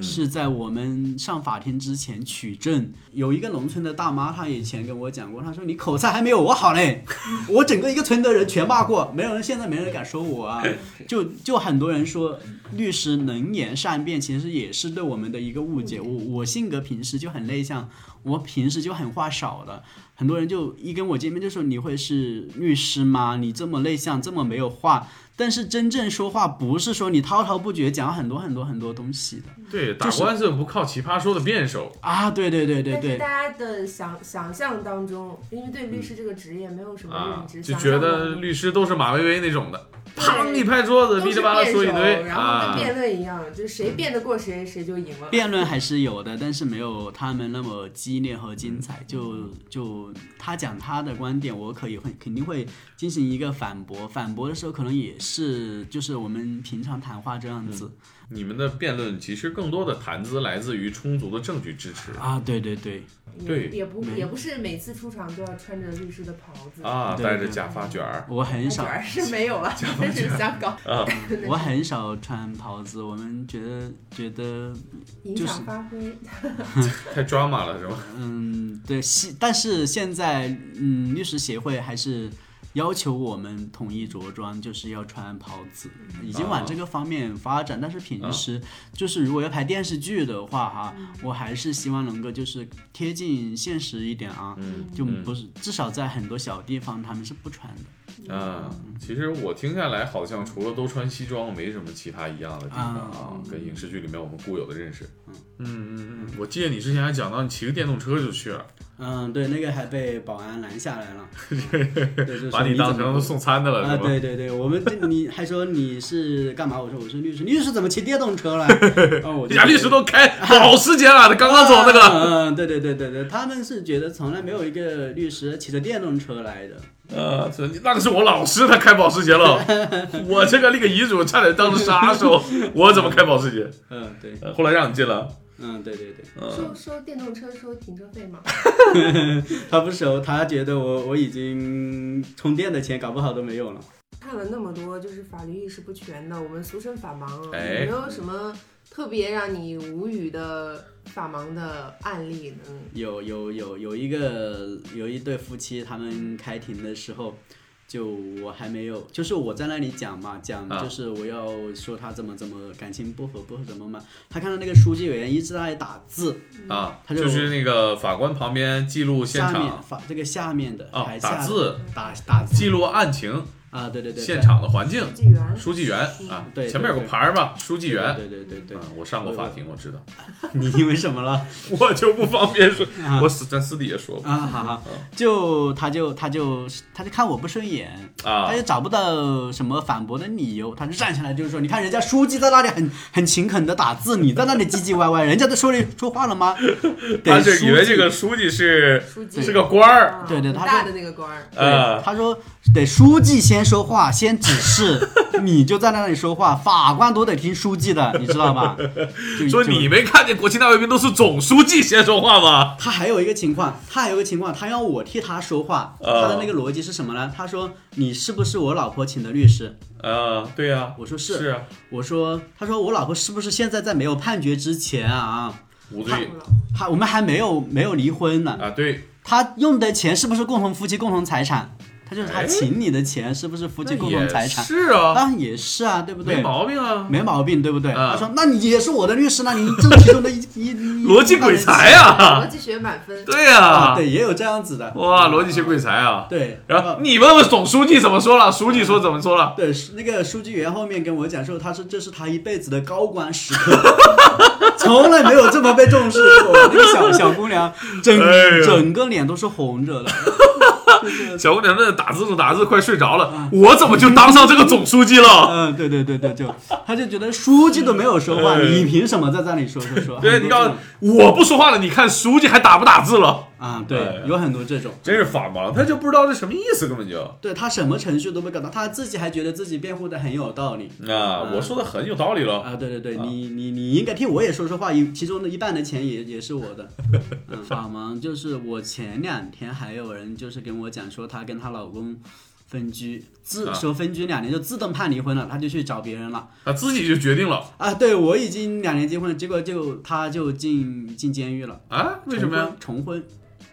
Speaker 3: 是在我们上法庭之前取证。有一个农村的大妈，她以前跟我讲过，她说：“你口才还没有我好嘞，我整个一个村的人全骂过，没有人现在没人敢说我啊。”就就很多人说律师能言善辩，其实也是对我们的一个误解。我我性格平时就很内向，我平时就很话少的，很多人就一跟我见面就说你会是律师吗？你这么内向，这么没有话。但是真正说话不是说你滔滔不绝讲很多很多很多东西的
Speaker 2: 对，打
Speaker 3: 就是
Speaker 2: 官司不靠奇葩说的辩手，
Speaker 3: 啊！对对对对
Speaker 4: 但是
Speaker 3: 对
Speaker 4: 大家的想想象当中，因为对律师这个职业没有什么
Speaker 2: 嗯啊
Speaker 4: 认，
Speaker 2: 就
Speaker 4: 知，想
Speaker 2: 觉
Speaker 4: 象当
Speaker 2: 得
Speaker 4: 中
Speaker 2: 律师都是马薇薇那种的，
Speaker 4: 对
Speaker 2: 砰一拍桌
Speaker 4: 都
Speaker 2: 子，噼里
Speaker 4: 是
Speaker 2: 啪啦
Speaker 4: 辩
Speaker 2: 说一
Speaker 4: 手
Speaker 2: 堆
Speaker 4: 然后跟
Speaker 2: 啊。嗯
Speaker 4: 辩论一样，就谁辩得过谁，谁就赢了。
Speaker 3: 辩论还是有的，但是没有他们那么激烈和精彩。就就他讲他的观点，我可以会肯定会进行一个反驳。反驳的时候，可能也是就是我们平常谈话这样子、
Speaker 2: 你们的辩论其实更多的谈资来自于充足的证据支持
Speaker 3: 啊。对对对，
Speaker 4: 也
Speaker 2: 对
Speaker 4: 也不
Speaker 3: 没
Speaker 4: 也不是每次出场都要穿着律师的袍子，
Speaker 2: 啊，
Speaker 3: 对
Speaker 2: 戴着假发卷儿
Speaker 3: 我很
Speaker 4: *laughs*
Speaker 3: 少
Speaker 4: 反，而是没有了， *laughs* 真是香港，
Speaker 3: 我很少穿袍子。我们觉得觉得
Speaker 4: 影
Speaker 3: 就是
Speaker 4: 响发挥。
Speaker 2: 太 drama 了是吧？
Speaker 3: 嗯，对，现但是现在嗯，律师协会还是要求我们统一着装，就是要穿袍子，已经往这个方面发展。但是嗯
Speaker 2: 啊
Speaker 3: 平时就是如果要拍电视剧的话哈、我还是希望能够就是贴近现实一点啊，
Speaker 2: 嗯
Speaker 3: 就
Speaker 2: 嗯
Speaker 3: 不是至少在很多小地方他们是不穿的。
Speaker 2: 啊，其实我听下来好像除了都穿西装，没什么其他一样的地方啊，跟影视嗯剧里面我们固有的认识。嗯嗯嗯，我记得你之前还讲到你骑个电动车就去了，
Speaker 3: 嗯，对，那个还被保安拦下来 *laughs* 了，嗯对，就是
Speaker 2: 把
Speaker 3: 说
Speaker 2: 你当
Speaker 3: 怎么
Speaker 2: 成送餐的了
Speaker 3: 啊，
Speaker 2: 是吧？
Speaker 3: 对对对，我们这你还说你是干嘛？我说我是律师，律师怎么骑电动车
Speaker 2: *laughs*
Speaker 3: 了？哦，我
Speaker 2: 这
Speaker 3: 就
Speaker 2: 家律师都开好时间了，他刚刚走那 *laughs*
Speaker 3: 啊
Speaker 2: 个，
Speaker 3: 嗯，对对对对对，他们是觉得从来没有一个律师骑着电动车来的，
Speaker 2: 呃，这那个是我老师，他开保时捷
Speaker 3: *laughs*
Speaker 2: 了，我这个立个遗嘱差点当杀手，我怎么开保时捷？
Speaker 3: 嗯，对，
Speaker 2: 呃后来让你进了，
Speaker 3: 嗯，对对对，
Speaker 4: 收收电动车收停车费吗？
Speaker 3: 他不熟，他觉得我我已经充电的钱搞不好都没有了，
Speaker 4: *laughs* 看了那么多，就是法律意识不全的，我们俗称法盲啊，
Speaker 2: 哎
Speaker 4: 有没有什么特别让你无语的法盲的案例呢？
Speaker 3: 有有有有一个有一对夫妻，他们开庭的时候，就我还没有，就是我在那里讲嘛，讲
Speaker 2: 啊
Speaker 3: 就是我要说他怎么怎么感情不和不和怎么嘛，他看到那个书记员一直在那里打字，
Speaker 2: 啊，
Speaker 3: 他就
Speaker 2: 就是那个法官旁边记录现
Speaker 3: 下面
Speaker 2: 场
Speaker 3: 发这个下面的
Speaker 2: 啊
Speaker 3: 还，下
Speaker 2: 打
Speaker 4: 嗯
Speaker 2: 字
Speaker 3: 打打字
Speaker 2: 记录案情，
Speaker 3: 啊，对对对，
Speaker 2: 现场的环境
Speaker 4: 书，记员，
Speaker 2: 书记员啊，
Speaker 3: 嗯对对
Speaker 2: 前面有个牌儿嘛，书记
Speaker 3: 对
Speaker 2: 员。
Speaker 3: 对对对对
Speaker 2: 啊，，我上过法庭，我知道，
Speaker 3: *laughs*
Speaker 2: *laughs*
Speaker 3: 你因为什么了？
Speaker 2: 我就不方便说，
Speaker 3: 啊
Speaker 2: 我私咱私底下说吧
Speaker 3: 啊，好
Speaker 2: 哦
Speaker 3: 好，就他就他就他就看我不顺眼，
Speaker 2: 啊
Speaker 3: 他，就找不到什么反驳的理由，他就站起来就是说，你看人家书记在那里很很勤恳的打字，你在那里唧唧歪歪，人家都说了说话了吗？
Speaker 2: 他
Speaker 3: 对，
Speaker 2: 就以为
Speaker 3: 书记
Speaker 2: 这个书记是
Speaker 4: 书记
Speaker 2: 是个官儿，
Speaker 4: 啊
Speaker 3: 对对
Speaker 4: 很
Speaker 3: 他
Speaker 4: 大
Speaker 3: 是
Speaker 4: 的那个官儿，
Speaker 2: 啊
Speaker 3: 对，他说得书记先说话，先指示，你就在那里说话，法官都得听书记的，你知道吧？
Speaker 2: *laughs*
Speaker 3: 就
Speaker 2: 说
Speaker 3: 就
Speaker 2: 你没看见国庆大阅兵都是总书记先说话吗？
Speaker 3: 他还有一个情况，他还有一个情况，他要我替他说话，
Speaker 2: 呃
Speaker 3: 他的那个逻辑是什么呢？他说你是不是我老婆请的律师？
Speaker 2: 啊，对呀、
Speaker 3: 我说
Speaker 2: 是
Speaker 3: 是，
Speaker 2: 啊，
Speaker 3: 我说他说我老婆是不是现在在没有判决之前啊？
Speaker 2: 无
Speaker 4: 看
Speaker 2: 罪
Speaker 4: 不了
Speaker 3: 还我们还没有没有离婚呢，
Speaker 2: 啊，对，
Speaker 3: 他用的钱是不是共同夫妻共同财产？他就是他
Speaker 2: 哎
Speaker 3: 请你的钱是不是夫
Speaker 2: 那
Speaker 3: 妻共同财产
Speaker 2: 也？是啊，
Speaker 3: 当然也是啊，对不
Speaker 2: 没
Speaker 3: 对？
Speaker 2: 毛病啊，
Speaker 3: 没毛病，对不对？
Speaker 2: 啊
Speaker 3: 他说：“那你也是我的律师，那你这其中的一一一
Speaker 2: 逻辑鬼才啊
Speaker 4: 逻，辑学满分，
Speaker 2: 对呀、
Speaker 3: 啊！对，也有这样子的。
Speaker 2: 哇，逻辑学鬼才啊。
Speaker 3: 对，
Speaker 2: 然后你问问总书记怎么说了，书记说怎么说了，
Speaker 3: 对，是那个书记员后面跟我讲说，他说这是他一辈子的高光时刻，从来没有这么被重视过。那个小小姑娘，整、
Speaker 2: 哎呦
Speaker 3: 整个脸都是红着的，
Speaker 2: 小姑娘那打字打字快睡着了，我怎么就当上这个总书记 *laughs* 了？
Speaker 3: 嗯，对对对对，就他就觉得书记都没有说话，
Speaker 2: 哎
Speaker 3: 你凭什么在这里说说说？
Speaker 2: 对，你
Speaker 3: 很多这
Speaker 2: 告
Speaker 3: 种
Speaker 2: 诉我不说话了，你看书记还打不打字了？
Speaker 3: 啊，
Speaker 2: 哎
Speaker 3: 对，有很多这种。
Speaker 2: 真是法盲，他就不知道这什么意思，根本就啊
Speaker 3: 对他什么程序都没搞到，他自己还觉得自己辩护的很有道理
Speaker 2: 啊，我说的很有道理了。
Speaker 3: 啊！对对对，你你你应该替我也说说话，一其中的一半的钱也也是我
Speaker 2: *laughs*
Speaker 3: 的。嗯，法盲就是我前两天还有人就是跟我讲说，她跟她老公分居，自
Speaker 2: 啊
Speaker 3: 说分居两年就自动判离婚了，她就去找别人了
Speaker 2: 他自己就决定了
Speaker 3: 啊！对我已经两年结婚了，结果就她就进进监狱了。
Speaker 2: 啊？为什么呀？
Speaker 3: 重婚？重婚，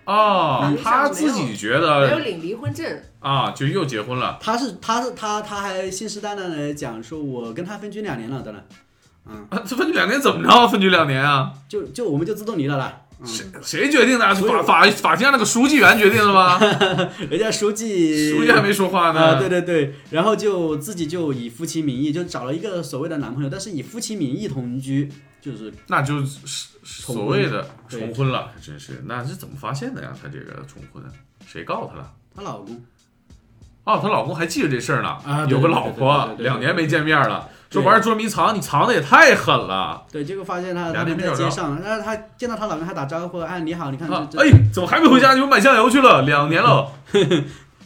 Speaker 2: 哦
Speaker 4: 嗯，
Speaker 2: 他自己觉
Speaker 4: 没有
Speaker 2: 得
Speaker 4: 领离婚证，
Speaker 2: 啊，就又结婚了。
Speaker 3: 他是他是他他还信誓旦旦的讲说，我跟他分居两年了，当然，嗯，
Speaker 2: 啊，这分居两年怎么着？分居两年啊？
Speaker 3: 就就我们就自动离了啦。
Speaker 2: 谁谁决定的？啊
Speaker 3: 所以
Speaker 2: 法法法庭上那个书记员决定的吗？ *laughs*
Speaker 3: 人家书记，
Speaker 2: 书记还没说话
Speaker 3: 啊、
Speaker 2: 呢。
Speaker 3: 对对对，然后就自己就以夫妻名义就找了一个所谓的男朋友，但是以夫妻名义同居，就是
Speaker 2: 那就是所谓的
Speaker 3: 对
Speaker 2: 重婚了，真是。那是怎么发现的呀？她这个重婚，谁告她了？
Speaker 3: 她老公
Speaker 2: 哦，她老公还记着这事儿呢。
Speaker 3: 啊对
Speaker 2: 有个老婆
Speaker 3: 对对对对对对
Speaker 2: 两年没见面了，
Speaker 3: 对
Speaker 2: 说玩捉迷藏，你藏的也太狠了
Speaker 3: 对，结果发现她
Speaker 2: 俩
Speaker 3: 他
Speaker 2: 人
Speaker 3: 们
Speaker 2: 没
Speaker 3: 在
Speaker 2: 找着
Speaker 3: 街上，然后她见到她老公还打招呼，哎你好，你看这
Speaker 2: 啊！
Speaker 3: 这、
Speaker 2: 哎，怎么还没回家？你们买酱油去了？两年了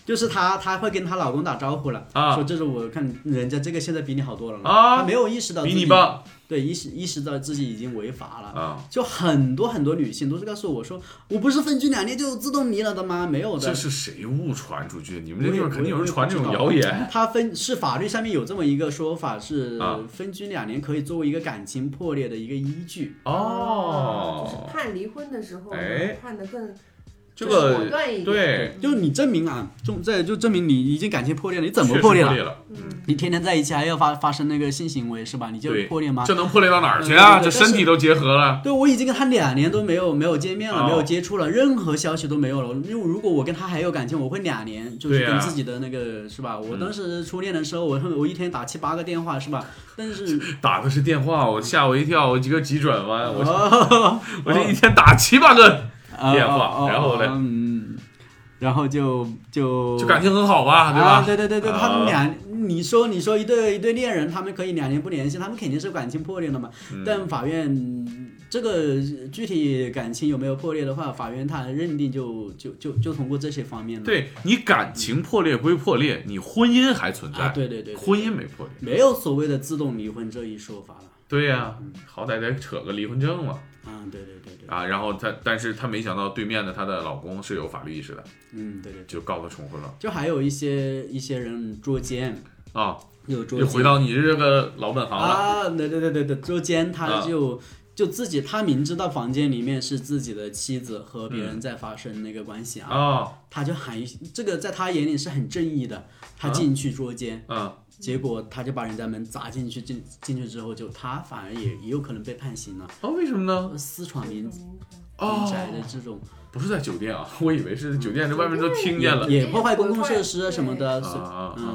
Speaker 3: 就是她她会跟她老公打招呼了，
Speaker 2: 啊
Speaker 3: 说这是我看人家这个现在比你好多了
Speaker 2: 啊
Speaker 3: 她没有意识到
Speaker 2: 比
Speaker 3: 自
Speaker 2: 你
Speaker 3: 己
Speaker 2: 棒
Speaker 3: 对意识意识到自己已经违法了。
Speaker 2: 啊！
Speaker 3: 就很多很多女性都是告诉我说，我不是分居两年就自动离了的吗？没有的，
Speaker 2: 这是谁误传出去？你们这
Speaker 3: 我
Speaker 2: 地
Speaker 3: 也
Speaker 2: 方肯定有
Speaker 3: 我
Speaker 2: 人
Speaker 3: 也不
Speaker 2: 传这
Speaker 3: 知
Speaker 2: 种
Speaker 3: 道
Speaker 2: 谣言。
Speaker 3: 它分是法律上面有这么一个说法，是
Speaker 2: 啊
Speaker 3: 分居两年可以作为一个感情破裂的一个依据。
Speaker 4: 啊就是
Speaker 2: 哦，
Speaker 4: 判离婚的时候
Speaker 2: 哎
Speaker 4: 判的更
Speaker 2: 这
Speaker 4: 就是果
Speaker 2: 个
Speaker 4: 断一点，
Speaker 2: 对，
Speaker 3: 就你证明啊，就这就证明你已经感情破裂了，你怎
Speaker 2: 确
Speaker 3: 么
Speaker 2: 实
Speaker 3: 破
Speaker 2: 破
Speaker 3: 裂了？
Speaker 2: 了？
Speaker 4: 嗯，
Speaker 3: 你天天在一起还要发发生那个性行为是吧？你就
Speaker 2: 对
Speaker 3: 破裂吗？
Speaker 2: 这能破裂到哪儿去啊？
Speaker 3: 对
Speaker 2: 这
Speaker 3: 对对
Speaker 2: 身体都结合了。
Speaker 3: 嗯对，我已经跟他两年都没有没有见面了，
Speaker 2: 哦
Speaker 3: 没有接触了，任何消息都没有了。因为如果我跟他还有感情，我会两年就是
Speaker 2: 对呀啊嗯
Speaker 3: 跟自己的那个、是吧？我当时初恋的时候，我我一天打七八个电话是吧？但是
Speaker 2: 打的是 *laughs* 电话，我吓我一跳，我几个急转弯，我
Speaker 3: 哦，
Speaker 2: 我这一天打七八个，变化
Speaker 3: 呃
Speaker 2: 然后嘞
Speaker 3: 嗯，然后就就
Speaker 2: 就感情很好嘛，对吧？
Speaker 3: 哦啊，对对对对，他们
Speaker 2: 啊
Speaker 3: 俩，你说你说一对一对恋人，他们可以两年不联系，他们肯定是感情破裂了嘛。
Speaker 2: 嗯
Speaker 3: 但法院这个具体感情有没有破裂的话，法院他认定就就就就通过这些方面了。
Speaker 2: 对你感情破裂归破裂，你婚姻还存在，
Speaker 3: 啊，对对对，对
Speaker 2: 婚姻没破裂。
Speaker 3: 没有所谓的自动离婚这一说法了。
Speaker 2: 对呀、嗯好歹得扯个离婚证嘛
Speaker 3: 啊，对对对对，
Speaker 2: 啊！然后她，但是她没想到对面的她的老公是有法律意识的，
Speaker 3: 嗯，对对，
Speaker 2: 就告她重婚了
Speaker 3: 就还有一些一些人捉奸，
Speaker 2: 啊！
Speaker 3: 有捉
Speaker 2: 又
Speaker 3: 奸。
Speaker 2: 回到你这个老本行了，
Speaker 3: 啊，对对对对对，捉奸他
Speaker 2: 啊
Speaker 3: 就、就自己，他明知道房间里面是自己的妻子和
Speaker 2: 嗯
Speaker 3: 别人在发生那个关系啊，
Speaker 2: 啊，
Speaker 3: 他就喊一这个在他眼里是很正义的，
Speaker 2: 啊
Speaker 3: 他进去捉奸，
Speaker 2: 嗯，
Speaker 3: 结果他就把人家门砸进去，进进去之后就他反而也也有可能被判刑了，啊
Speaker 2: 哦，为什么呢？
Speaker 3: 私
Speaker 2: 嗯
Speaker 3: 闯民民宅的
Speaker 2: 哦，
Speaker 3: 这种
Speaker 2: 不是在酒店啊，我以为是酒店，这外面都听见了
Speaker 4: 嗯
Speaker 3: 也破坏公共设施啊什么的，
Speaker 2: 啊
Speaker 3: 所以
Speaker 2: 啊啊
Speaker 3: 嗯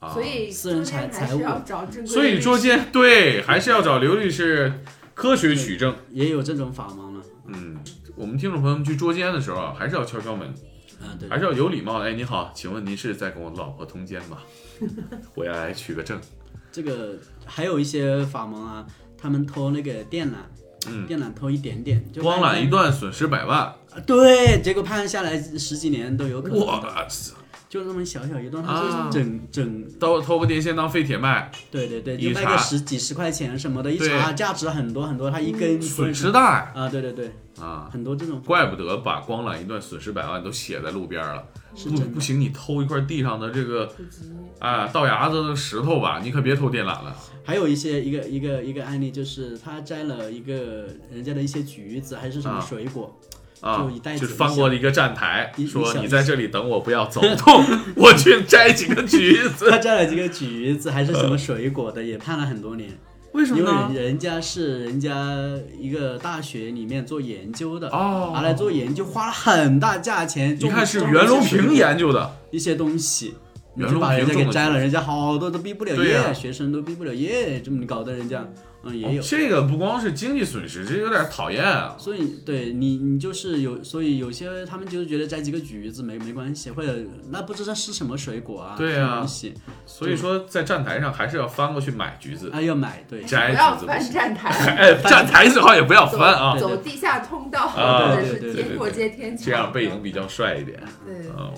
Speaker 2: 啊啊！
Speaker 4: 所以
Speaker 3: 私人财
Speaker 4: 中间还是要找正规的律师
Speaker 2: 所以捉奸对，还是要找刘律师科学取证。
Speaker 3: 也有这种法盲啊了，
Speaker 2: 嗯，我们听众朋友们去捉奸的时候啊，还是要敲敲门，
Speaker 3: 啊对
Speaker 2: 还，是要有礼貌的。哎，你好，请问您是在跟我老婆通奸吗？回来取个证。
Speaker 3: 这个还有一些法盲啊，他们偷那个电缆。
Speaker 2: 嗯，
Speaker 3: 电缆偷一点点，就
Speaker 2: 光
Speaker 3: 发
Speaker 2: 缆
Speaker 3: 现
Speaker 2: 一段损失百万，
Speaker 3: 对，结果判下来十几年都有可能，
Speaker 2: 哇塞，
Speaker 3: 就那么小小一段，它
Speaker 2: 啊
Speaker 3: 就是整、整，
Speaker 2: 偷偷个电线当废铁卖，
Speaker 3: 对对对，
Speaker 2: 一
Speaker 3: 就卖
Speaker 2: 查
Speaker 3: 个十几十块钱什么的，一
Speaker 2: 对
Speaker 3: 查价值很多很多，它一根
Speaker 2: 损
Speaker 3: 啊、
Speaker 2: 失大呀
Speaker 3: 对对对，
Speaker 2: 啊！
Speaker 3: 很多这种
Speaker 2: 怪不得把光缆一段损失百万都写在路边了。
Speaker 3: 是
Speaker 2: 不
Speaker 3: 真
Speaker 2: 不
Speaker 3: 的，
Speaker 2: 行，你偷一块地上的这个
Speaker 4: 普及
Speaker 2: 啊倒牙子的石头吧，你可别偷电缆了。
Speaker 3: 还有一些一个一个一个案例，就是他摘了一个人家的一些橘子还是什么
Speaker 2: 啊
Speaker 3: 水果，
Speaker 2: 啊
Speaker 3: 就一，袋
Speaker 2: 就
Speaker 3: 子
Speaker 2: 是翻过了一个站台，
Speaker 3: 一
Speaker 2: 说
Speaker 3: 一小
Speaker 2: 你在这里等我，不要
Speaker 3: *laughs*
Speaker 2: 走 *laughs* 动，我去摘几个橘
Speaker 3: 他
Speaker 2: 子。
Speaker 3: 摘了几个橘子还是什么水果的，也判了很多年，
Speaker 2: 为
Speaker 3: 因为
Speaker 4: 嗯
Speaker 3: 人？人家是人家一个大学里面做研究的，拿
Speaker 2: 哦，
Speaker 3: 来做研究，花了很大价钱。
Speaker 2: 你看
Speaker 3: 种
Speaker 2: 是袁隆平
Speaker 3: 种
Speaker 2: 研究的，
Speaker 3: 一些东西，你
Speaker 2: 袁
Speaker 3: 就
Speaker 2: 隆
Speaker 3: 把
Speaker 2: 平
Speaker 3: 人家
Speaker 2: 种
Speaker 3: 给
Speaker 2: 的
Speaker 3: 摘了，人家好多都毕不了
Speaker 2: 对
Speaker 3: 业，
Speaker 2: 呀
Speaker 3: 学生都毕不了业，这么搞得人家，嗯，也
Speaker 2: 哦
Speaker 3: 有。
Speaker 2: 这个不光是经济损失，这有点讨厌啊。
Speaker 3: 所以，对你，你就是有，所以有些他们就是觉得摘几个橘子没没关系，或者那不知道是什么水果啊，
Speaker 2: 对
Speaker 3: 什么
Speaker 2: 呀
Speaker 3: 东西，
Speaker 2: 所以说在站台上还是要翻过去买橘子，
Speaker 3: 啊要买，对，
Speaker 2: 摘
Speaker 4: 不要
Speaker 2: 橘子不
Speaker 4: 翻
Speaker 2: 行。
Speaker 4: 站台，
Speaker 2: *laughs* 哎，站台最好也不要
Speaker 4: 走
Speaker 2: 翻啊，
Speaker 4: 走地下通道
Speaker 2: 啊
Speaker 4: 或者
Speaker 3: 对对
Speaker 4: 是
Speaker 2: 对
Speaker 4: 接
Speaker 2: 对
Speaker 4: 过街天桥，
Speaker 2: 这样背影比较帅一点。
Speaker 4: 对。
Speaker 2: 哦，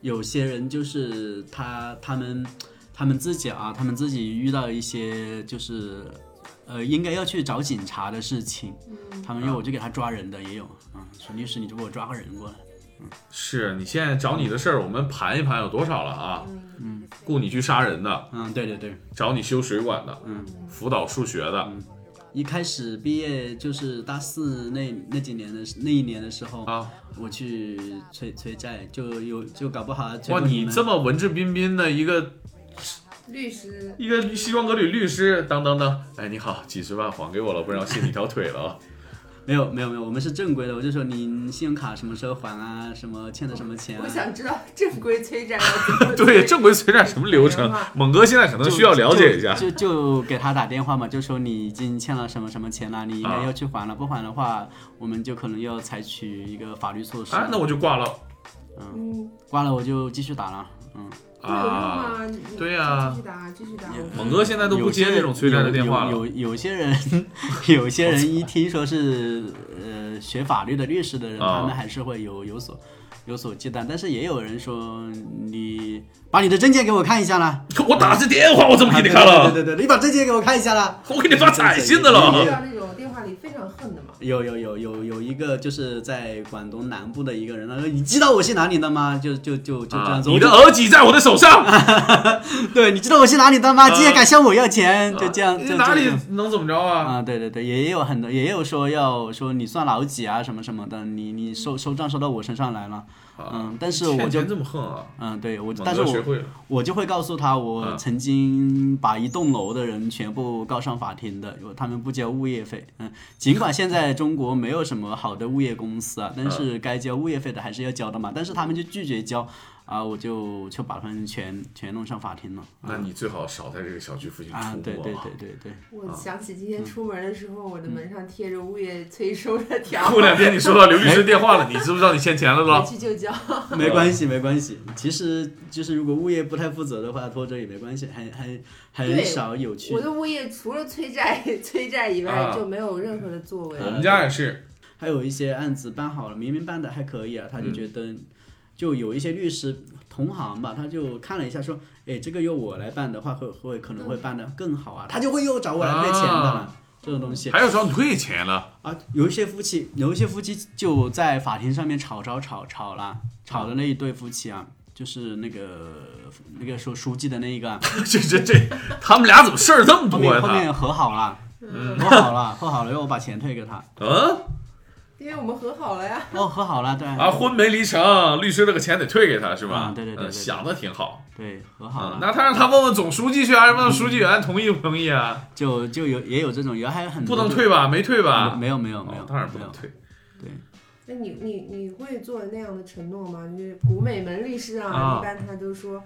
Speaker 3: 有些人就是他他们他们自己啊，他们自己遇到一些就是呃应该要去找警察的事情，
Speaker 2: 嗯
Speaker 3: 他们要我就给他抓人的也有啊，说律师你就给我抓个人过来，
Speaker 2: 是你现在找你的事儿，我们盘一盘有多少了啊？嗯，雇你去杀人的，
Speaker 3: 嗯，对对对，
Speaker 2: 找你修水管的，嗯，辅导数学的，
Speaker 3: 嗯一开始毕业就是大四那那几年的时那一年的时候，
Speaker 2: 啊，
Speaker 3: 我去催催债，就有就搞不好催
Speaker 2: 哇，
Speaker 3: 过
Speaker 2: 你
Speaker 3: 们
Speaker 2: 这么文质彬彬的一个
Speaker 4: 律师
Speaker 2: 一个西装革履律师，当当当，哎，你好，几十万还给我了，不然我卸你一条腿了啊！
Speaker 3: 没有没有没有，我们是正规的，我就说你你信用卡什么时候还啊，什么欠的什么钱啊，
Speaker 4: 我想知道正规催债要怎么
Speaker 2: 对，正规催债什么流程？猛哥现在可能需要了解一下。
Speaker 3: 就就就给他打电话嘛，就说你已经欠了什么什么钱了，你应该要去还了，不还的话，我们就可能要采取一个法律措施。
Speaker 2: 啊，那我就挂了
Speaker 4: 嗯，
Speaker 3: 挂了我就继续打了。嗯，
Speaker 4: 没有
Speaker 2: 啊！
Speaker 4: 用啊！你
Speaker 2: 对呀
Speaker 4: 继续打，继续打。
Speaker 2: 猛哥现在都不接这种催债的电话了
Speaker 3: 有有有有些人，有些人一听说是呃学法律的律师的人，
Speaker 2: 啊
Speaker 3: 他们还是会有有所有所忌惮，但是也有人说你把你的证件给我看一下啦。
Speaker 2: 我打这电话，我怎么给你看
Speaker 3: 啊
Speaker 2: 了？
Speaker 3: 对对对对对，你把证件给我看一下啦。
Speaker 2: 我给你发彩信的
Speaker 4: 遇
Speaker 2: 了。
Speaker 4: 到那种电话里非常恨的嘛，
Speaker 3: 有有有有有一个就是在广东南部的一个人，他说你知道我是哪里的吗？就就就就这
Speaker 2: 啊
Speaker 3: 样！子，
Speaker 2: 你
Speaker 3: 我
Speaker 2: 的
Speaker 3: 就
Speaker 2: 耳机在我的手上，
Speaker 3: 对，你知道我是哪里的吗？
Speaker 2: 啊
Speaker 3: 竟然敢向我要钱，就这样，
Speaker 2: 啊
Speaker 3: 就
Speaker 2: 哪里
Speaker 3: 就
Speaker 2: 能怎么着啊？
Speaker 3: 啊？对对对，也有很多，也有说要说你算老几啊，什么什么的，你你收收账收到我身上来了，嗯，但是我
Speaker 2: 啊欠
Speaker 3: 就
Speaker 2: 钱这么横啊！
Speaker 3: 嗯，对我，
Speaker 2: 猛
Speaker 3: 但是
Speaker 2: 哥学
Speaker 3: 我
Speaker 2: 会了
Speaker 3: 我就会告诉他，我
Speaker 2: 啊
Speaker 3: 曾经把一栋楼的人全部告上法庭的，因为他们不交物业费。嗯，尽管现在中国
Speaker 2: 嗯
Speaker 3: 没有什么好的物业公司啊，但是该交物业费的还是要交的嘛。但是他们就拒绝交，然后我就就把他们全全弄上法庭了。
Speaker 2: 那你最好少在这个小区附近出没
Speaker 3: 啊，对对对
Speaker 2: 啊
Speaker 3: 对
Speaker 2: *laughs*
Speaker 3: 对，
Speaker 4: 我想起今天出门的时候，我的门上贴着物业催收的条，
Speaker 2: 过两天你收到刘律师电话了，你知不知道你欠钱了
Speaker 4: 回
Speaker 2: 呢？
Speaker 4: 去就交。
Speaker 3: 没关系没关系。其实就是如果物业不太负责的话，拖着也没关系，很很很
Speaker 4: 对
Speaker 3: 少有趣
Speaker 4: 我。的物业除了催债、催债以
Speaker 2: 啊
Speaker 4: 外，就没有任何的作为。
Speaker 2: 我们家也是，
Speaker 3: 还有一些案子办好了，明明办的还可以啊，他就觉得，
Speaker 2: 嗯
Speaker 3: 就有一些律师同行吧，他就看了一下说，哎，这个由我来办的话，会会可能会办的更好啊，他就会又找我来退钱的了。这种东西
Speaker 2: 呃还要找你退钱了，
Speaker 3: 啊，有一些夫妻，有一些夫妻就在法庭上面吵吵吵吵了，吵的那一对夫妻啊，就是那个那个说书记的那一个
Speaker 2: *laughs*
Speaker 3: 啊，
Speaker 2: *laughs* 这这这，他们俩怎么事儿这么
Speaker 3: 后
Speaker 2: 多呀？
Speaker 3: 面后
Speaker 2: 他，
Speaker 3: 面和好了，和好了，和好了，然后我把钱退给他，
Speaker 2: 嗯
Speaker 4: 因为我们和好了呀，
Speaker 3: 哦，和好了，对，
Speaker 2: 啊，婚没离成，律师这个钱得退给他是吧？
Speaker 3: 嗯对对对
Speaker 2: 嗯
Speaker 3: 对
Speaker 2: 想的挺好。
Speaker 3: 对，和好
Speaker 2: 啊
Speaker 3: 了。，
Speaker 2: 那他让他问问总书记去，还是问书记员同意不同意啊？
Speaker 3: 就就有也有这种，有还有很
Speaker 2: 不
Speaker 3: 多
Speaker 2: 能
Speaker 3: 就
Speaker 2: 退吧？没退吧？
Speaker 3: 嗯没有没有没有，
Speaker 2: 哦当然不
Speaker 3: 没有
Speaker 2: 能。退。
Speaker 4: 那你你你会做那样的承诺吗？就是古美门律师啊，
Speaker 2: 啊
Speaker 4: 一般他都说，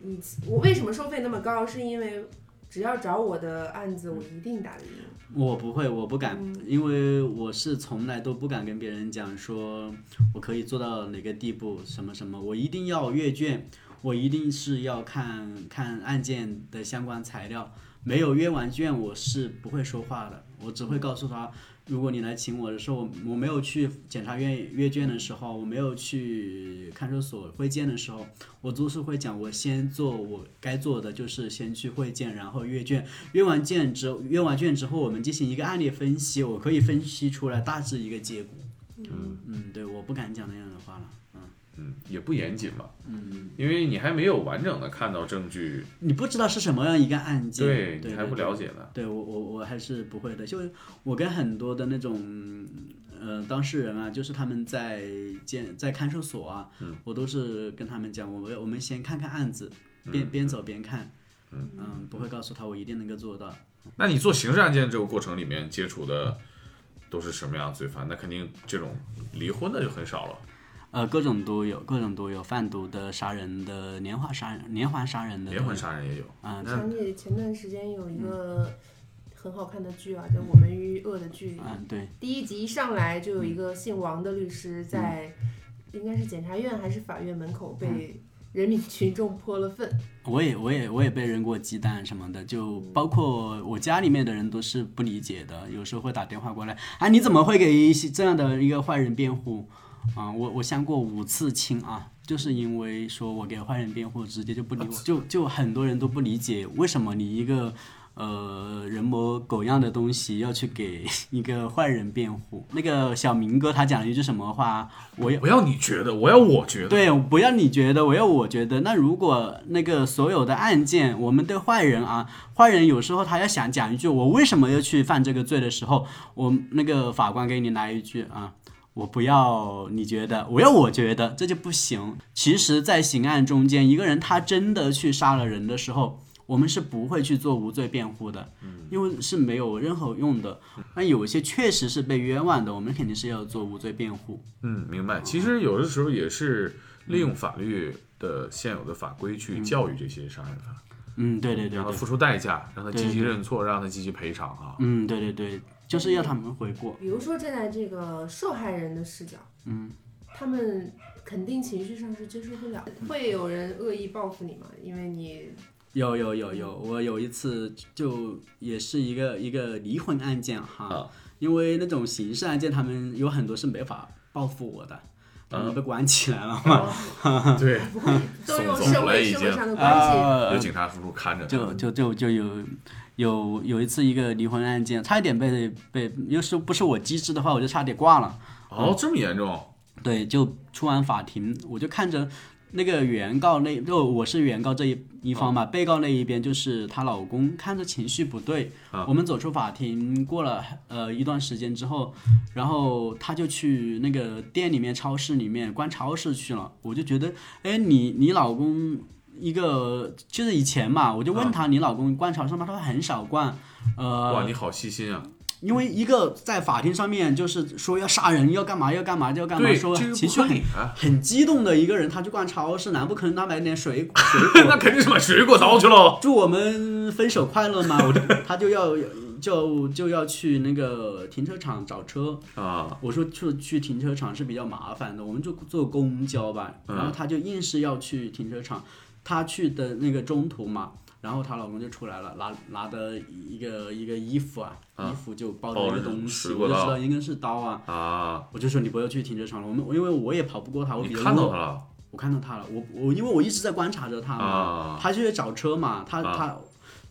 Speaker 4: 你我为什么收费那么高，是因为只要找我的案子，我一定打得赢。
Speaker 3: 我不会，我不敢，嗯因为我是从来都不敢跟别人讲说我可以做到哪个地步，什么什么，我一定要阅卷，我一定是要看看案件的相关材料，没有阅完卷我是不会说话的，我只会告诉他，如果你来请我的时候，我我没有去检察院阅卷的时候，我没有去看守所会见的时候，我都是会讲，我先做我该做的，就是先去会见，然后阅卷。阅完卷之后，阅完卷之后，我们进行一个案例分析，我可以分析出来大致一个结果。嗯嗯，对，我不敢讲那样的话了。啊
Speaker 2: 嗯，也不严谨吧。嗯，因为你还没有完整的看到证据，
Speaker 3: 你不知道是什么样一个案件，啊对
Speaker 2: 你还不了解呢。
Speaker 3: 对我我我还是不会的，就我跟很多的那种呃当事人啊，就是他们在见在看守所啊，
Speaker 2: 嗯
Speaker 3: 我都是跟他们讲，我们我们先看看案子，边、边走边看，嗯不会告诉他我一定能够做到。
Speaker 2: 那你做刑事案件这个过程里面接触的都是什么样的罪犯？那肯定这种离婚的就很少了。
Speaker 3: 呃，各种都有，各种都有，贩毒的、杀人的、连环杀人、连环杀人的都有，
Speaker 2: 连环杀人也有。
Speaker 3: 啊，
Speaker 2: 那
Speaker 4: 想起前段时间有一个很好看的剧啊，叫《我们与恶的距离》。
Speaker 3: 啊，对，
Speaker 4: 第一集一上来就有一个姓王的律师在，应该是检察院还是法院门口被人民群众泼了粪。
Speaker 3: 我也我也我也被扔过鸡蛋什么的，就包括我家里面的人都是不理解的，有时候会打电话过来，啊，你怎么会给一些这样的一个坏人辩护？啊，我我相过五次亲啊，就是因为说我给坏人辩护，直接就不理我，就就很多人都不理解为什么你一个呃人模狗样的东西要去给一个坏人辩护。那个小明哥他讲了一句什么话，我也
Speaker 2: 不要你觉得，我要我 *laughs* 觉得。
Speaker 3: 对，不要你觉得，我要我觉得。那如果那个所有的案件，我们对坏人啊，坏人有时候他要想讲一句我为什么要去犯这个罪的时候，我那个法官给你来一句啊。我不要你觉得，我要我觉得，这就不行。其实，在刑案中间，一个人他真的去杀了人的时候，我们是不会去做无罪辩护的，因为是没有任何用的。那有一些确实是被冤枉的，我们肯定是要做无罪辩护。
Speaker 2: 嗯，明白。其实有的时候也是利用法律的现有的法规去教育这些杀人犯，
Speaker 3: 嗯，对对嗯对
Speaker 2: 让他
Speaker 3: 对。
Speaker 2: 付出代价，让他积极
Speaker 3: 对对
Speaker 2: 认错，让他积极赔偿啊。
Speaker 3: 嗯，对对对，就是要他们悔过。
Speaker 4: 比如说站在这个受害人的视角，嗯，他们肯定情绪上是接受不了的，会有人恶意报复你吗？因为你
Speaker 3: 有有有有，我有一次就也是一个一个离婚案件哈，
Speaker 2: 啊
Speaker 3: 因为那种刑事案件，他们有很多是没法报复我的，他们被关起来了嘛，
Speaker 2: 对，
Speaker 4: 都用
Speaker 2: 送走
Speaker 4: 社
Speaker 2: 了
Speaker 4: 会
Speaker 2: 已
Speaker 4: 社会
Speaker 2: 经
Speaker 4: 上的关系，
Speaker 3: 啊
Speaker 2: 有警察叔叔看着他。
Speaker 3: 就嗯就就就有有有一次一个离婚案件，差一点被被，要是不是我机智的话，我就差点挂了。
Speaker 2: 哦，这么严重？
Speaker 3: 对，就出完法庭，我就看着那个原告那，就我是原告这一一方嘛，被告那一边就是她老公，看着情绪不对，我们走出法庭，过了呃一段时间之后，然后他就去那个店里面、超市里面逛超市去了，我就觉得，哎，你你老公。一个就是以前嘛，我就问他，你老公逛超市吗？他说很少逛，呃，
Speaker 2: 哇，你好细心啊！
Speaker 3: 因为一个在法庭上面就是说要杀人，要干嘛，要干嘛，要干嘛，
Speaker 2: 对
Speaker 3: 说
Speaker 2: 这个
Speaker 3: 情
Speaker 2: 不
Speaker 3: 绪
Speaker 2: 合
Speaker 3: 很
Speaker 2: 理啊
Speaker 3: 很激动的一个人，他去逛超市，难不可能他买点水果水
Speaker 2: *laughs* 那
Speaker 3: 果， *laughs*
Speaker 2: 肯定是买水果刀去喽。
Speaker 3: 祝我们分手快乐嘛，我就他就要就就要去那个停车场找车，
Speaker 2: 啊，
Speaker 3: 我说去去停车场是比较麻烦的，我们就坐公交吧。
Speaker 2: 嗯
Speaker 3: 然后她就硬是要去停车场，她去的那个中途嘛，然后她老公就出来了，拿拿的一个一个衣服啊，
Speaker 2: 啊
Speaker 3: 衣服就包
Speaker 2: 包
Speaker 3: 着一个
Speaker 2: 着
Speaker 3: 东西，
Speaker 2: 水
Speaker 3: 我
Speaker 2: 果
Speaker 3: 就知
Speaker 2: 刀
Speaker 3: 道应该是刀啊。
Speaker 2: 啊，
Speaker 3: 我就说你不要去停车场了，我们因为我也跑不过她，我
Speaker 2: 你
Speaker 3: 比较
Speaker 2: 看到
Speaker 3: 弱
Speaker 2: 他了
Speaker 3: 我看到她了，我我因为我一直在观察着她嘛，
Speaker 2: 啊？
Speaker 3: 她就去找车嘛，她
Speaker 2: 啊
Speaker 3: 她。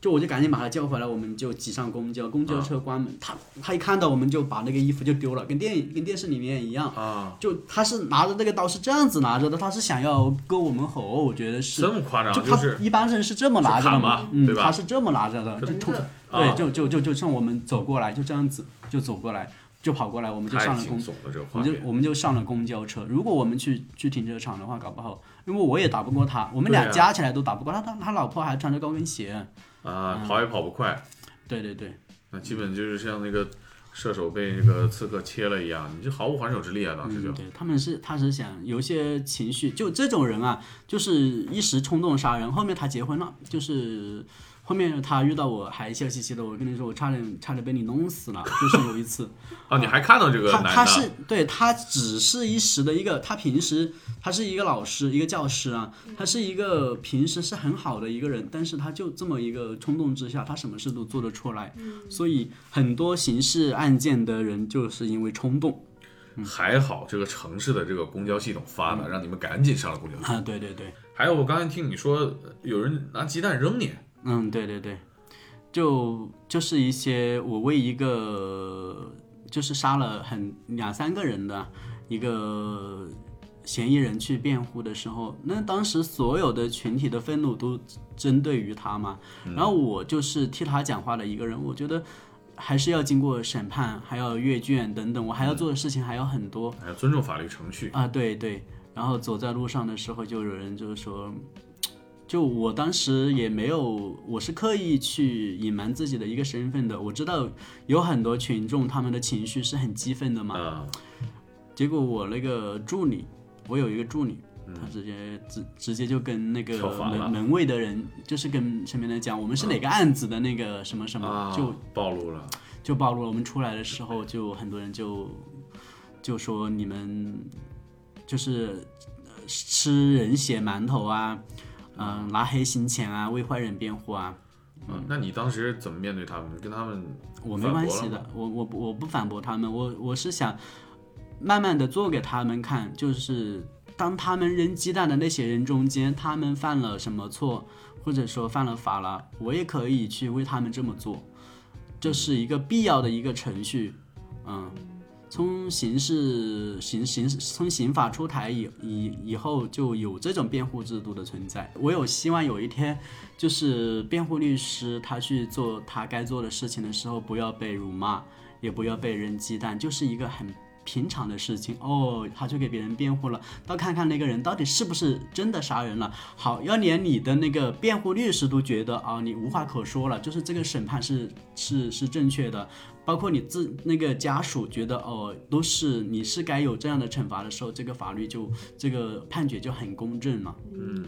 Speaker 3: 就我就赶紧把她叫回来，我们就挤上公交，公交
Speaker 2: 啊
Speaker 3: 车关门，她她一看到我们就把那个衣服就丢了，跟电影跟电视里面一样，
Speaker 2: 啊，
Speaker 3: 就他是拿着那个刀是这样子拿着的，他是想要割我们喉，我觉得是
Speaker 2: 这。么夸张？啊
Speaker 3: 就
Speaker 2: 就
Speaker 3: 他
Speaker 2: 是
Speaker 3: 一般人是这么拿着的
Speaker 2: 是砍嘛
Speaker 3: 嗯
Speaker 2: 对，吧
Speaker 3: 他是这么拿着的，就
Speaker 4: 横
Speaker 3: 突，
Speaker 4: 着
Speaker 2: 啊
Speaker 3: 对，就就就就冲我们走过来，就这样子就走过来，就跑过来，我们就
Speaker 2: 太
Speaker 3: 上了
Speaker 2: 惊
Speaker 3: 公，
Speaker 2: 悚了，这个
Speaker 3: 我
Speaker 2: 画
Speaker 3: 们就
Speaker 2: 面。
Speaker 3: 我们就上了公交车。如果我们去去停车场的话，搞不好，因为我也打不过他，我们俩
Speaker 2: 对啊
Speaker 3: 加起来都打不过他，他他老婆还穿着高跟鞋，嗯
Speaker 2: 啊，跑也跑不快，
Speaker 3: 对对对，
Speaker 2: 那基本就是像那个射手被这个刺客切了一样，你就毫无还手之力啊！当时就
Speaker 3: 嗯，对，他们是他是想有些情绪，就这种人啊，就是一时冲动杀人。后面他结婚了，就是后面他遇到我还笑嘻嘻的，我跟你说，我差点差点被你弄死了，就是有一次，
Speaker 2: 啊，你还看到这个
Speaker 3: 他
Speaker 2: 男的？
Speaker 3: 他是对他只是一时的一个，他平时他是一个老师，一个教师啊，他是一个平时是很好的一个人，但是他就这么一个冲动之下，他什么事都做得出来，所以很多刑事案件的人就是因为冲动 *laughs* 嗯
Speaker 2: 还好，这个城市的这个公交系统发达，让你们赶紧上了公交。
Speaker 3: 啊，对对对。
Speaker 2: 还有，我刚才听你说呃有人拿鸡蛋扔你，
Speaker 3: 嗯，对对对，就就是一些我为一个就是杀了很两三个人的一个嫌疑人去辩护的时候，那当时所有的群体的愤怒都针对于他嘛，然后我就是替他讲话的一个人，我觉得。还是要经过审判，还要阅卷等等，我还要做的事情还有很多。
Speaker 2: 还要尊重法律程序。
Speaker 3: 啊，对对。然后走在路上的时候，就有人就是说，就我当时也没有，我是刻意去隐瞒自己的一个身份的。我知道有很多群众他们的情绪是很激愤的嘛。
Speaker 2: 啊，
Speaker 3: 结果我那个助理，我有一个助理。他直接直直接就跟那个
Speaker 2: 跳反嗯了嗯
Speaker 3: 门门卫的人，就是跟身边的人讲，我们是哪个案子的那个什么什么，
Speaker 2: 啊
Speaker 3: 就
Speaker 2: 暴露了，
Speaker 3: 就暴露了。我们出来的时候，就很多人就就说你们就是呃吃人血馒头啊，嗯、拿黑心钱啊，为坏人辩护啊。
Speaker 2: 嗯，那你当时怎么面对他们？跟他们
Speaker 3: 我没关系
Speaker 2: 反
Speaker 3: 的，我我不我不反驳他们，我我是想慢慢的做给他们看，就是当他们扔鸡蛋的那些人中间，他们犯了什么错，或者说犯了法了，我也可以去为他们这么做，这是一个必要的一个程序，嗯。从刑事刑刑从刑法出台以以以后就有这种辩护制度的存在。我有希望有一天就是辩护律师他去做他该做的事情的时候，不要被辱骂，也不要被扔鸡蛋，就是一个很平常的事情。哦，他去给别人辩护了，到看看那个人到底是不是真的杀人了。好，要连你的那个辩护律师都觉得啊、你无话可说了，就是这个审判是是是正确的。包括你自那个家属觉得哦，都是你是该有这样的惩罚的时候，这个法律就这个判决就很公正了。
Speaker 4: 嗯，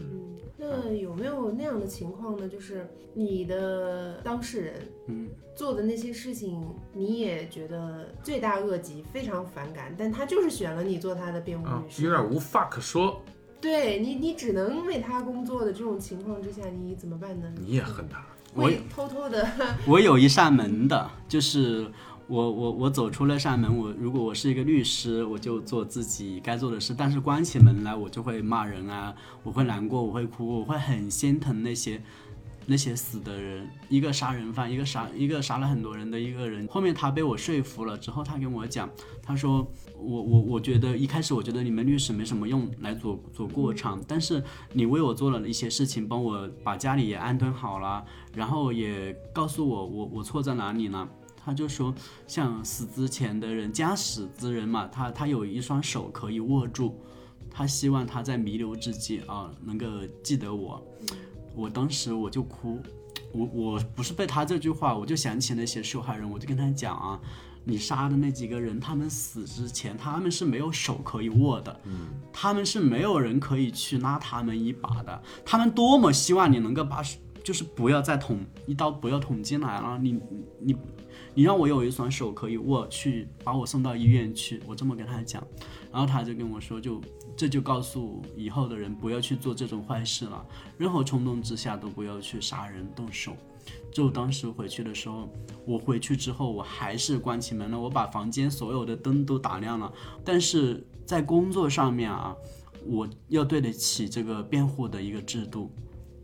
Speaker 4: 那有没有那样的情况呢？就是你的当事人，
Speaker 3: 嗯，
Speaker 4: 做的那些事情，你也觉得罪大恶极，非常反感，但他就是选了你做他的辩
Speaker 3: 嗯
Speaker 4: 护
Speaker 2: 啊
Speaker 4: 律，师，
Speaker 2: 有点无话可说。
Speaker 4: 对你，你只能为他工作的这种情况之下，你怎么办呢？
Speaker 2: 你也恨他，
Speaker 3: 我也
Speaker 4: 会偷
Speaker 3: *laughs*
Speaker 4: 偷的，
Speaker 3: 我有一扇门的，就是我我我走出那扇门，我如果我是一个律师，我就做自己该做的事，但是关起门来我就会骂人啊，我会难过，我会哭，我会很心疼那些。那些死的人，一个杀人犯，一个杀一个杀了很多人的一个人，后面他被我说服了之后，他跟我讲，他说我我我觉得一开始我觉得你们律师没什么用来走走过场，但是你为我做了一些事情，帮我把家里也安顿好了，然后也告诉我我我错在哪里呢？他就说，像死之前的人，将死之人嘛，他他有一双手可以握住，他希望他在弥留之际啊，能够记得我。我当时我就哭，我我不是被他这句话，我就想起那些受害人，我就跟他讲啊，你杀的那几个人，他们死之前，他们是没有手可以握的，嗯，他们是没有人可以去拉他们一把的，他们多么希望你能够把手，就是不要再捅一刀，不要捅进来了，你你你你让我有一双手可以握，去把我送到医院去，我这么跟他讲，然后他就跟我说，就这就告诉以后的人不要去做这种坏事了，任何冲动之下都不要去杀人动手。就当时回去的时候，我回去之后，我还是关起门了，我把房间所有的灯都打亮了，但是在工作上面啊，我要对得起这个辩护的一个制度，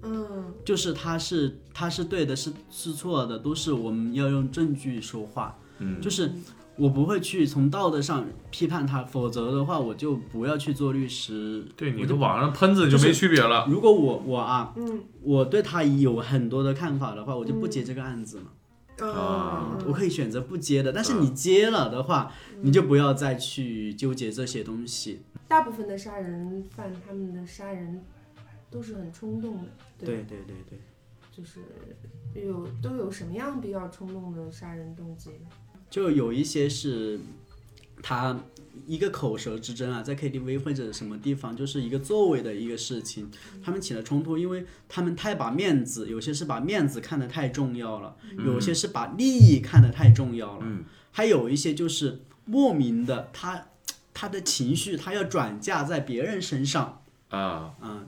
Speaker 4: 嗯，
Speaker 3: 就是他是他是对的，是是错的，都是我们要用证据说话。嗯，就是我不会去从道德上批判他，否则的话我就不要去做律师。
Speaker 2: 对，你
Speaker 3: 嗯我就
Speaker 2: 跟网上喷子就没区别了。
Speaker 3: 如果我我啊，嗯，我对他有很多的看法的话，我就不接这个案子了。呃
Speaker 4: 啊
Speaker 3: 我可以选择不接的，但
Speaker 2: 啊
Speaker 3: 是你接了的话，你就不要再去纠结这些东西。
Speaker 4: 大部分的杀人犯，他们的杀人都是很冲动的，吧，
Speaker 3: 对对对对，
Speaker 4: 就是有都有什么样比较冲动的杀人动机？
Speaker 3: 就有一些是他一个口舌之争啊，在 KTV 或者什么地方，就是一个座位的一个事情，他们起了冲突，因为他们太把面子，有些是把面子看得太重要了，有些是把利益看得太重要了，还有一些就是莫名的他他的情绪他要转嫁在别人身上
Speaker 2: 啊，
Speaker 3: 嗯，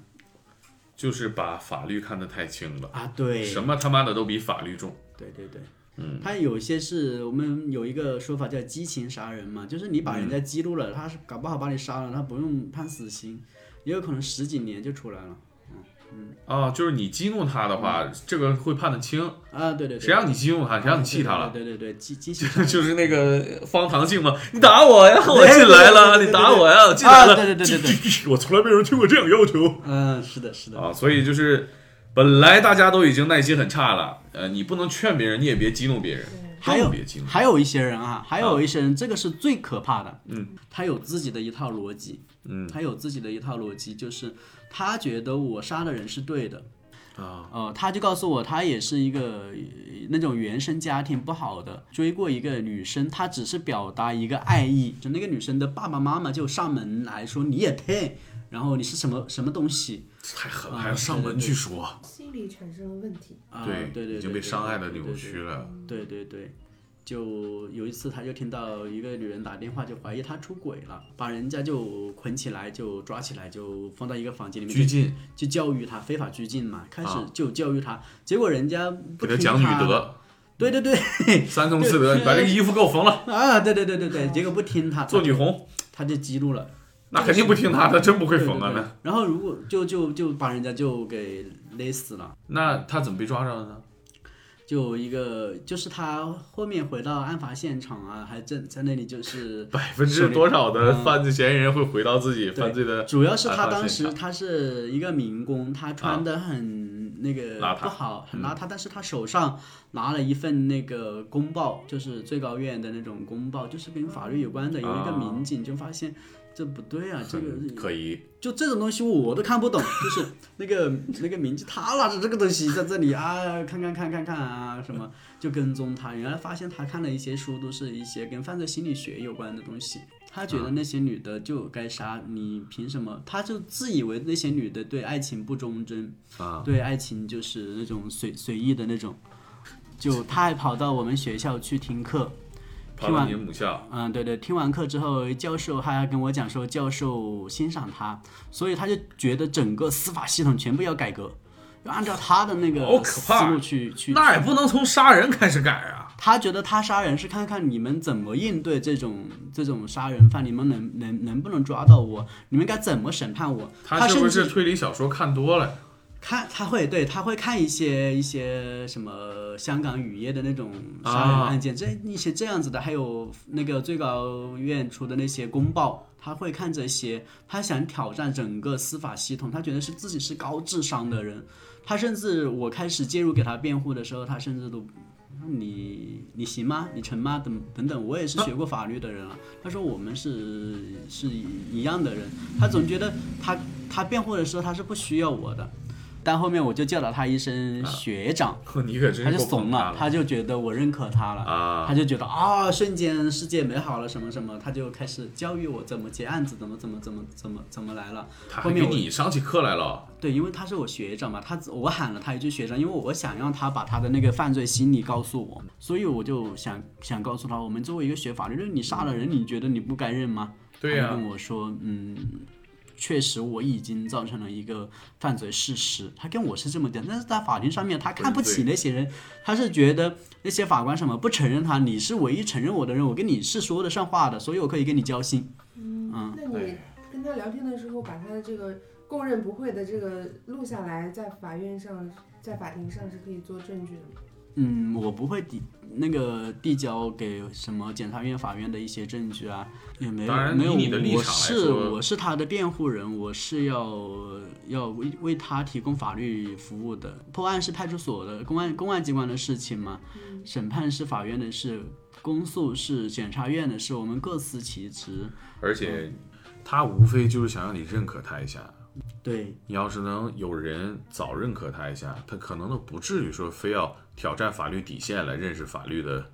Speaker 2: 就是把法律看得太轻了，
Speaker 3: 啊，对，
Speaker 2: 什么他妈的都比法律重。
Speaker 3: 对对对，嗯，他有一些是我们有一个说法叫激情杀人嘛，就是你把
Speaker 2: 嗯
Speaker 3: 人家激怒了，他是搞不好把你杀了，他不用 *laughs* 判死刑，也有可能十几年就出来了。
Speaker 2: 啊，就是你激怒他的话，这个会判得轻。
Speaker 3: 啊，嗯对对对，
Speaker 2: 谁让你激怒他，谁让你气他了？
Speaker 3: 对对对，对激激
Speaker 2: *laughs*
Speaker 3: 情杀人
Speaker 2: 就是那个方唐镜嘛，你打我呀，我进来了，
Speaker 3: 对对对对对
Speaker 2: 你打我呀，我进来了，
Speaker 3: 啊对对对
Speaker 2: *laughs*
Speaker 3: 对
Speaker 2: 对，我从来没有人听过这样要求
Speaker 3: 嗯，是的，是的，
Speaker 2: 啊，所以就是本来大家都已经耐心很差了，呃，你不能劝别人，你也别激怒别人，
Speaker 3: 还有
Speaker 2: 更别激怒，
Speaker 3: 还有一些人啊，还有一些人，这个是最可怕的。嗯，他有自己的一套逻辑。
Speaker 2: 嗯，
Speaker 3: 他有自己的一套逻辑，就是他觉得我杀的人是对的。
Speaker 2: 啊，
Speaker 3: 呃，他就告诉我，他也是一个呃那种原生家庭不好的，追过一个女生，他只是表达一个爱意，就那个女生的爸爸妈妈就上门来说你也配，然后你是什么什么东西？
Speaker 2: 太狠了，
Speaker 3: 啊
Speaker 2: 还要上门去说，
Speaker 4: 心理产生了问题，
Speaker 3: 啊、对对，
Speaker 2: 已经被
Speaker 3: 对
Speaker 2: 伤害的
Speaker 3: 对对
Speaker 2: 扭曲了，
Speaker 3: 对对对，就有一次他就听到一个女人打电话，就怀疑他出轨了，把人家就捆起来，就抓起来，就放到一个房间里面
Speaker 2: 拘
Speaker 3: 去
Speaker 2: 禁，啊
Speaker 3: 去教育他，非法拘禁嘛，开始就教育他，结果人家不
Speaker 2: 给他
Speaker 3: 听
Speaker 2: 讲女，德，
Speaker 3: *laughs* 对对对
Speaker 2: 三从四德，你把这个衣服给我缝了，
Speaker 3: 啊，对对对对对，结果不听他，
Speaker 2: 做女红，
Speaker 3: 他就激怒了。
Speaker 2: 那肯定不听他的，真不会
Speaker 3: 对
Speaker 2: 缝啊，
Speaker 3: 对对
Speaker 2: 那
Speaker 3: 然后如果就就就把人家就给勒死了。
Speaker 2: 那他怎么被抓着的呢？
Speaker 3: 就一个，就是他后面回到案发现场啊，还正在那里就是
Speaker 2: 百分之多少的犯罪嫌疑人会回到自己
Speaker 3: 对
Speaker 2: 犯罪的？
Speaker 3: 主要是
Speaker 2: 案
Speaker 3: 他
Speaker 2: 发
Speaker 3: 当
Speaker 2: 现
Speaker 3: 时
Speaker 2: 场
Speaker 3: 他是一个民工，他穿的很、那个
Speaker 2: 邋遢嗯
Speaker 3: 不好，很邋遢，但是他手上拿了一份那个公报，就是最高院的那种公报，就是跟法律有关的。有一个
Speaker 2: 啊
Speaker 3: 民警就发现这不对啊，这个
Speaker 2: 很嗯可疑，
Speaker 3: 就这种东西我都看不懂， *laughs* 就是那个那个民警他拿着这个东西在这 *laughs* 里啊，看看看看看啊什么，就跟踪他。原来发现他看的一些书都是一些跟犯罪心理学有关的东西，他觉得那些女的就该杀，你凭什么？他就自以为那些女的对爱情不忠贞，
Speaker 2: 啊，
Speaker 3: 对爱情就是那种随随意的那种，就他还跑到我们学校去听课，
Speaker 2: 跑
Speaker 3: 听
Speaker 2: 到
Speaker 3: 完
Speaker 2: 你母校，
Speaker 3: 嗯，对对，听完课之后，教授还跟我讲说，教授欣赏他，所以他就觉得整个司法系统全部要改革，要按照他的那
Speaker 2: 好
Speaker 3: 个
Speaker 2: 可
Speaker 3: 思
Speaker 2: 怕
Speaker 3: 路去去。
Speaker 2: 那也不能从杀人开始改啊。
Speaker 3: 他觉得他杀人是看看你们怎么应对这种这种杀人犯，你们能能能不能抓到我，你们该怎么审判我。
Speaker 2: 他是
Speaker 3: 甚
Speaker 2: 不
Speaker 3: 至
Speaker 2: 是推理小说看多了？
Speaker 3: 看他会对他会看一些一些什么香港雨夜的那种杀人
Speaker 2: 啊
Speaker 3: 案件，这一些这样子的，还有那个最高院出的那些公报，他会看这些，他想挑战整个司法系统，他觉得是自己是高智商的人，他甚至我开始介入给他辩护的时候，他甚至都。你你行吗？你成吗？等等等，我也是学过法律的人啊。他说我们是是一样的人，他总觉得他他辩护的时候他是不需要我的，但后面我就叫了他一声啊学长，
Speaker 2: *laughs* 你可真
Speaker 3: 他
Speaker 2: 是
Speaker 3: 就
Speaker 2: 够
Speaker 3: 怂
Speaker 2: 捧他
Speaker 3: 了，他就觉得我认可他了，
Speaker 2: 啊
Speaker 3: 他就觉得啊、瞬间世界美好了什么什么，他就开始教育我怎么接案子，怎么怎么怎么怎么怎么来了。
Speaker 2: 他
Speaker 3: 后
Speaker 2: 还
Speaker 3: 面
Speaker 2: 给
Speaker 3: 我
Speaker 2: 你上起课来了，
Speaker 3: 对，因为他是我学长嘛，他我喊了他一句学长，因为我想让他把他的那个犯罪心理告诉我，所以我就想想告诉他，我们作为一个学法律的，你杀了人，你觉得你不该认吗？
Speaker 2: 对呀
Speaker 3: 他就跟我说，嗯，确实我已经造成了一个犯罪事实，他跟我是这么讲，但是在法庭上面他看不起那些人，他是觉得那些法官什么不承认他，你是唯一承认我的人，我跟你是说得上话的，所以我可以跟你交心。啊
Speaker 4: 那你跟他聊天的时候，把他的这个供认不讳的这个录下来，在法院上，在法庭上是可以做证据的吗？
Speaker 3: 嗯，我不会递那个递交给什么检察院、法院的一些证据啊，也没有
Speaker 2: 当然
Speaker 3: 没有。
Speaker 2: 以你的立
Speaker 3: 我
Speaker 2: 场来
Speaker 3: 是
Speaker 2: 说
Speaker 3: 我是他的辩护人，我是要要为为他提供法律服务的。破案是派出所的公安公安机关的事情嘛，审判是法院的事，公诉是检察院的事，我们各司其职。
Speaker 2: 而
Speaker 3: 嗯
Speaker 2: 且他无非就是想让你认可他一下。
Speaker 3: 对，
Speaker 2: 你要是能有人早认可他一下，他可能都不至于说非要挑战法律底线来认识法律的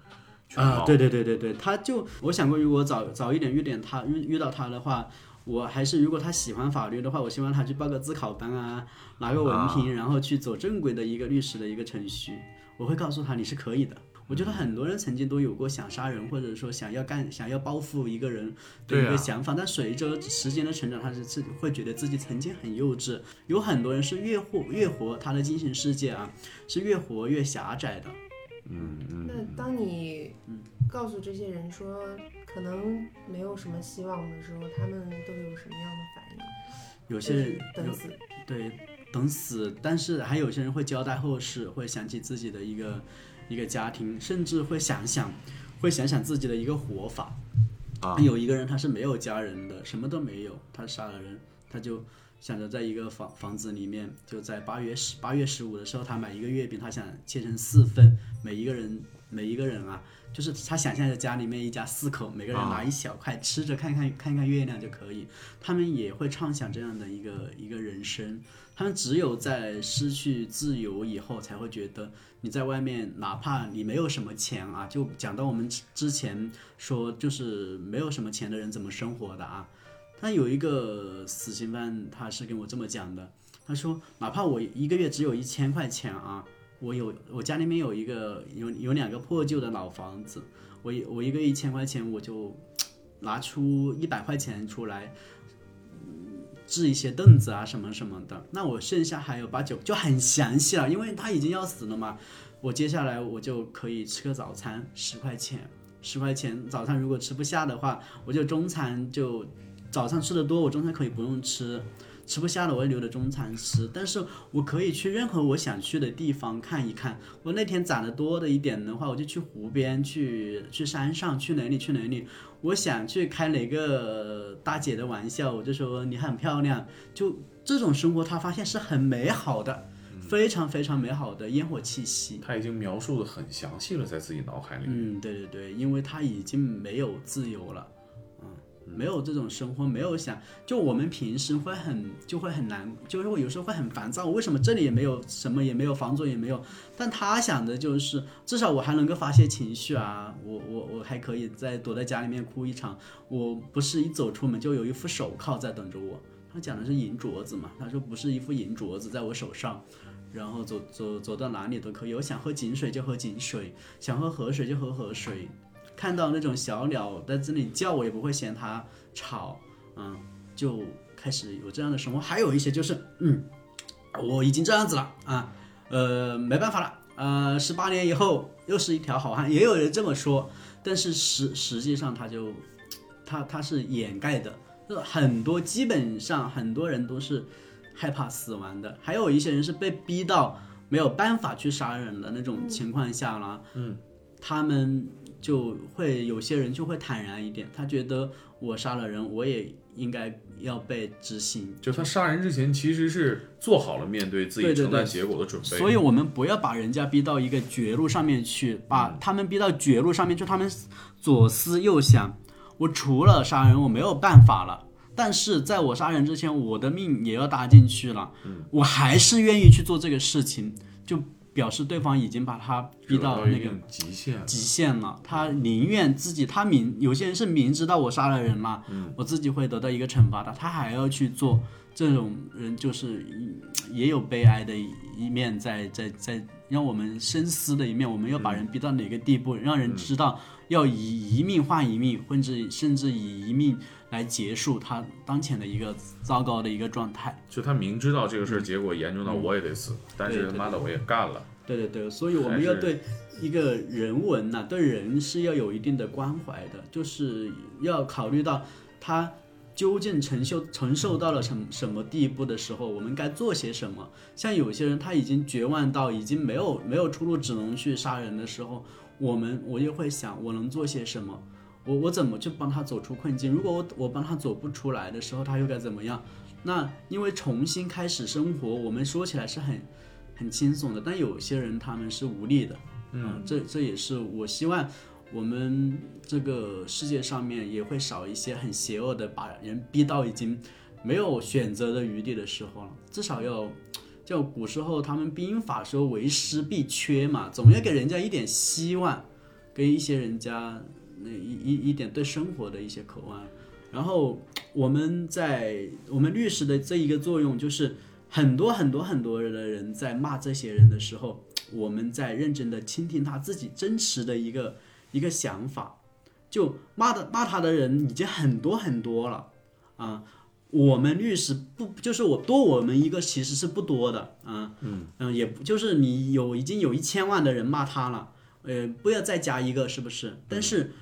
Speaker 2: 全貌。
Speaker 3: 啊，对对对对对，他就我想过，如果早早一点遇点他遇遇到他的话，我还是如果他喜欢法律的话，我希望他去报个自考班啊，拿个文凭，然后去走正规的一个律师的一个程序。我会告诉他你是可以的。我
Speaker 2: 嗯
Speaker 3: 觉得很多人曾经都有过想杀人，或者说想要干、想要报复一个人的
Speaker 2: 对
Speaker 3: 一
Speaker 2: 啊
Speaker 3: 个想法，但随着时间的成长，他是自会觉得自己曾经很幼稚。有很多人是越活越活他的精神世界啊，是越活越狭窄的。
Speaker 2: 嗯
Speaker 3: 嗯
Speaker 4: 那当你告诉这些人说可能没有什么希望的时候，他们都有什么样的反应？
Speaker 3: 有
Speaker 4: 有
Speaker 3: 些人有
Speaker 4: 等死。
Speaker 3: 对，等死。但是还有些人会交代后事，会想起自己的一个一个家庭，甚至会想想，会想想自己的一个活法。
Speaker 2: 啊，
Speaker 3: 有一个人他是没有家人的，什么都没有，他杀了人，他就想着在一个房房子里面，就在八月十八月十五的时候，他买一个月饼，他想切成四份，每一个人每一个人啊，就是他想象着家里面一家四口，每个人拿一小块吃着看看看看月亮就可以，他们也会畅想这样的一个一个人生。他们只有在失去自由以后，才会觉得你在外面，哪怕你没有什么钱啊，就讲到我们之之前说，就是没有什么钱的人怎么生活的啊。但有一个死刑犯，他是跟我这么讲的，他说，哪怕我一个月只有一千块钱啊，我有我家里面有一个有有两个破旧的老房子，我一我一个月一千块钱，我就嗯拿出一百块钱出来，嗯置一些凳子啊什么什么的。那我剩下还有八九就很详细了，因为他已经要死了嘛。我接下来我就可以吃个早餐，十块钱，十块钱早餐如果吃不下的话，我就中餐就早上吃的多，我中餐可以不用吃。吃不下的我就留着中餐吃，但是我可以去任何我想去的地方看一看。我那天攒的多的一点的话，我就去湖边、去去山上、去哪里去哪里。我想去开哪个大姐的玩笑，我就说你很漂亮。就这种生活，他发现是很美好的，非常非常美好的烟火气息。
Speaker 2: 他已经描述的很详细了，在自己脑海里。
Speaker 3: 嗯，对对对，因为他已经没有自由了，嗯，没有这种生活，没有想，就我们平时会很就会很难，就是会有时候会很烦躁，为什么这里也没有什么也没有，房租也没有，但他想的就是至少我还能够发泄情绪啊，我我我还可以再躲在家里面哭一场，我不是一走出门就有一副手铐在等着我。他讲的是银镯子嘛，他说不是一副银镯子在我手上，然后走走走到哪里都可以，我想喝井水就喝井水，想喝河水就喝河水，看到那种小鸟在这里叫，我也不会嫌它吵，嗯，就开始有这样的生活。还有一些就是，嗯，我已经这样子了啊，呃，没办法了，呃，十八年以后又是一条好汉，也有人这么说，但是实实际上他就，他他是掩盖的，就是很多基本上很多人都是害怕死亡的，还有一些人是被逼到没有办法去杀人的那种情况下啦，他们就会有些人就会坦然一点，他觉得我杀了人，我也应该要被执行。
Speaker 2: 就他杀人之前，其实是做好了面对自己
Speaker 3: 对对
Speaker 2: 承担
Speaker 3: 对
Speaker 2: 结果的准备。
Speaker 3: 所以，我们不要把人家逼到一个绝路上面去，把
Speaker 2: 嗯
Speaker 3: 他们逼到绝路上面去，他们左思右想，我除了杀人，我没有办法了。但是在我杀人之前，我的命也要搭进去了，
Speaker 2: 嗯
Speaker 3: 我还是愿意去做这个事情，就表示对方已经把他逼到那
Speaker 2: 一
Speaker 3: 个
Speaker 2: 定极限，
Speaker 3: 极限了，他宁愿自己，他明有些人是明知道我杀了人了，我自己会得到一个惩罚的，他还要去做，这种人就是嗯也有悲哀的一面在，在在让我们深思的一面，我们要把人逼到哪个地步，让人知道要以一命换一命，甚至甚至以一命来结束他当前的一个糟糕的一个状态。
Speaker 2: 就他明知道这个事儿，结果严重到我也得死，但是
Speaker 3: 嗯对
Speaker 2: 他妈的我也干了，
Speaker 3: 对对对，所以我们要对一个人文呐、对人是要有一定的关怀的，就是要考虑到他究竟承受承受到了什什么地步的时候，我们该做些什么。像有些人他已经绝望到已经没有没有出路，只能去杀人的时候，我们我就会想，我能做些什么。我我怎么去帮他走出困境？如果我我帮他走不出来的时候，他又该怎么样？那因为重新开始生活，我们说起来是很很轻松的，但有些人他们是无力的，嗯，这这也是我希望我们这个世界上面也会少一些很邪恶的，把人逼到已经没有选择的余地的时候了，至少要。就古时候他们兵法说为师必缺嘛，总要给人家一点希望，给一些人家那一一一点对生活的一些渴望。然后我们在我们律师的这一个作用就是，很多很多很多的人在骂这些人的时候，我们在认真的倾听他自己真实的一个一个想法。就骂的骂他的人已经很多很多了啊，我们律师不就是我多我们一个其实是不多的啊，嗯嗯，也不就是你有已经有一千万的人骂他了，呃，不要再加一个是不是？但是。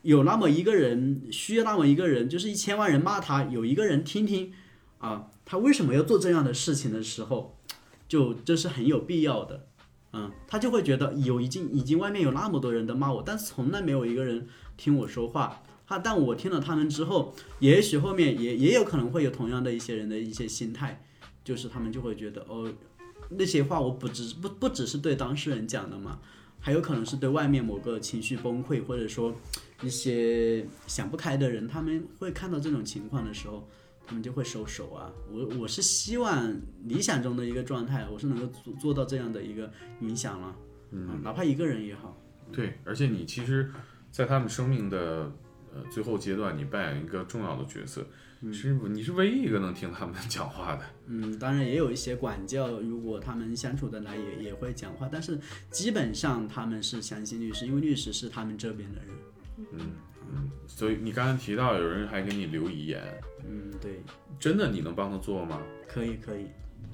Speaker 3: 有那么一个人，需要那么一个人，就是一千万人骂他，有一个人听听，啊，他为什么要做这样的事情的时候，就这是很有必要的，嗯，他就会觉得有已经已经外面有那么多人在骂我，但是从来没有一个人听我说话，他但我听了他们之后，也许后面也也有可能会有同样的一些人的一些心态，就是他们就会觉得哦，那些话我不只不不只是对当事人讲的嘛，还有可能是对外面某个情绪崩溃或者说。一些想不开的人，他们会看到这种情况的时候，他们就会收手啊。我我是希望理想中的一个状态，我是能够做做到这样的一个影响了，嗯，哪怕一个人也好，
Speaker 2: 对，而且你其实，在他们生命的呃最后阶段，你扮演一个重要的角色，是你是唯一一个能听他们讲话的。 *laughs*
Speaker 3: 嗯，当然也有一些管教，如果他们相处得来也，也会讲话，但是基本上他们是相信律师，因为律师是他们这边的人，
Speaker 2: 所以你刚才提到有人还给你留遗言，
Speaker 3: 嗯，对。
Speaker 2: 真的你能帮他做吗？
Speaker 3: 可以可以，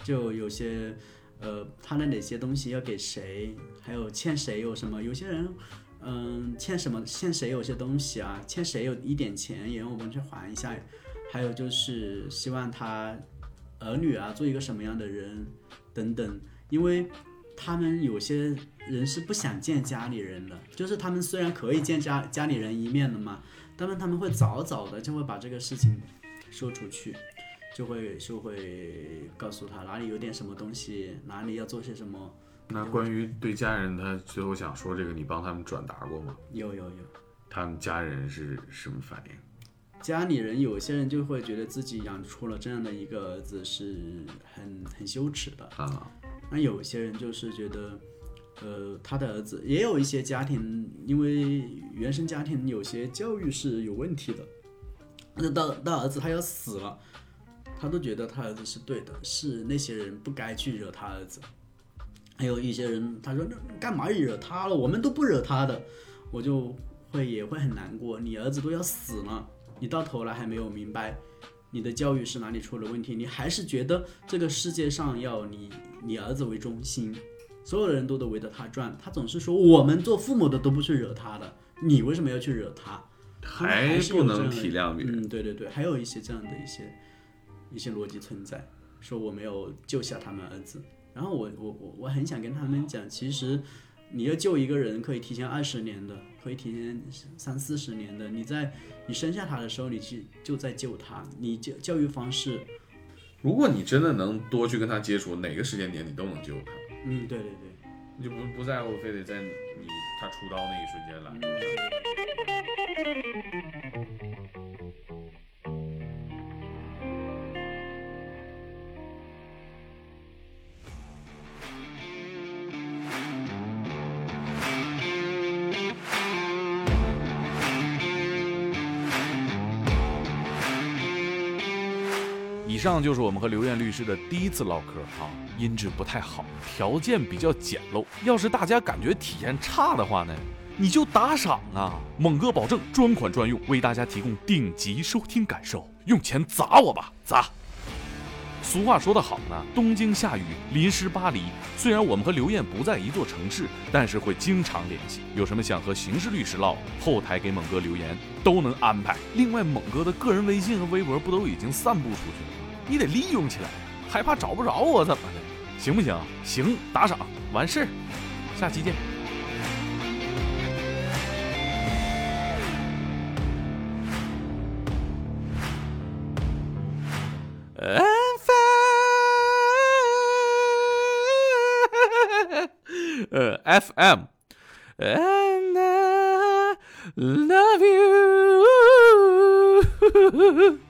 Speaker 3: 就有些呃，他的哪些东西要给谁，还有欠谁有什么，有些人。嗯，欠什么？欠谁有些东西啊？欠谁有一点钱，也让我们去还一下。还有就是希望他儿女啊，做一个什么样的人等等，因为他们有些人是不想见家里人的，就是他们虽然可以见家家里人一面的嘛，但是他们会早早的就会把这个事情说出去。就会就会告诉他哪里有点什么东西，哪里要做些什么。
Speaker 2: 那关于对家人，他最后想说这个，你帮他们转达过吗？
Speaker 3: 有有有，
Speaker 2: 他们家人是什么反应？
Speaker 3: 家里人有些人就会觉得自己养出了这样的一个儿子是很很羞耻的，
Speaker 2: 啊，
Speaker 3: 那有些人就是觉得，呃，他的儿子也有一些家庭，因为原生家庭有些教育是有问题的，那到到儿子他要死了，他都觉得他儿子是对的，是那些人不该去惹他儿子。还有一些人，他说那干嘛惹他了？我们都不惹他的，我就会也会很难过。你儿子都要死了，你到头来还没有明白你的教育是哪里出了问题，你还是觉得这个世界上要你你儿子为中心，所有的人都得围着他转。他总是说我们做父母的都不去惹他的，你为什么要去惹他？他们还是有
Speaker 2: 不能
Speaker 3: 这样的
Speaker 2: 体谅别人。
Speaker 3: 嗯，对对对，还有一些这样的一些一些逻辑存在，说我没有救下他们儿子。然后我我我我很想跟他们讲，其实你要救一个人，可以提前二十年的，可以提前三四十年的。你在你生下他的时候，你去就在救他，你教教育方式，
Speaker 2: 如果你真的能多去跟他接触，哪个时间点你都能救他，
Speaker 3: 嗯，对对对，
Speaker 2: 你就不不在乎非得在你他出刀那一瞬间来。
Speaker 1: 上就是我们和刘艳律师的第一次唠嗑哈、音质不太好，条件比较简陋。要是大家感觉体验差的话呢，你就打赏啊！猛哥保证专款专用，为大家提供顶级收听感受。用钱砸我吧，砸！俗话说得好呢，东京下雨淋湿巴黎。虽然我们和刘艳不在一座城市，但是会经常联系。有什么想和刑事律师唠，后台给猛哥留言都能安排。另外，猛哥的个人微信和微博不都已经散布出去了？你得利用起来，还怕找不着我怎么的？行不行？行，打赏完事儿，下期见。呃 FM。And I love you.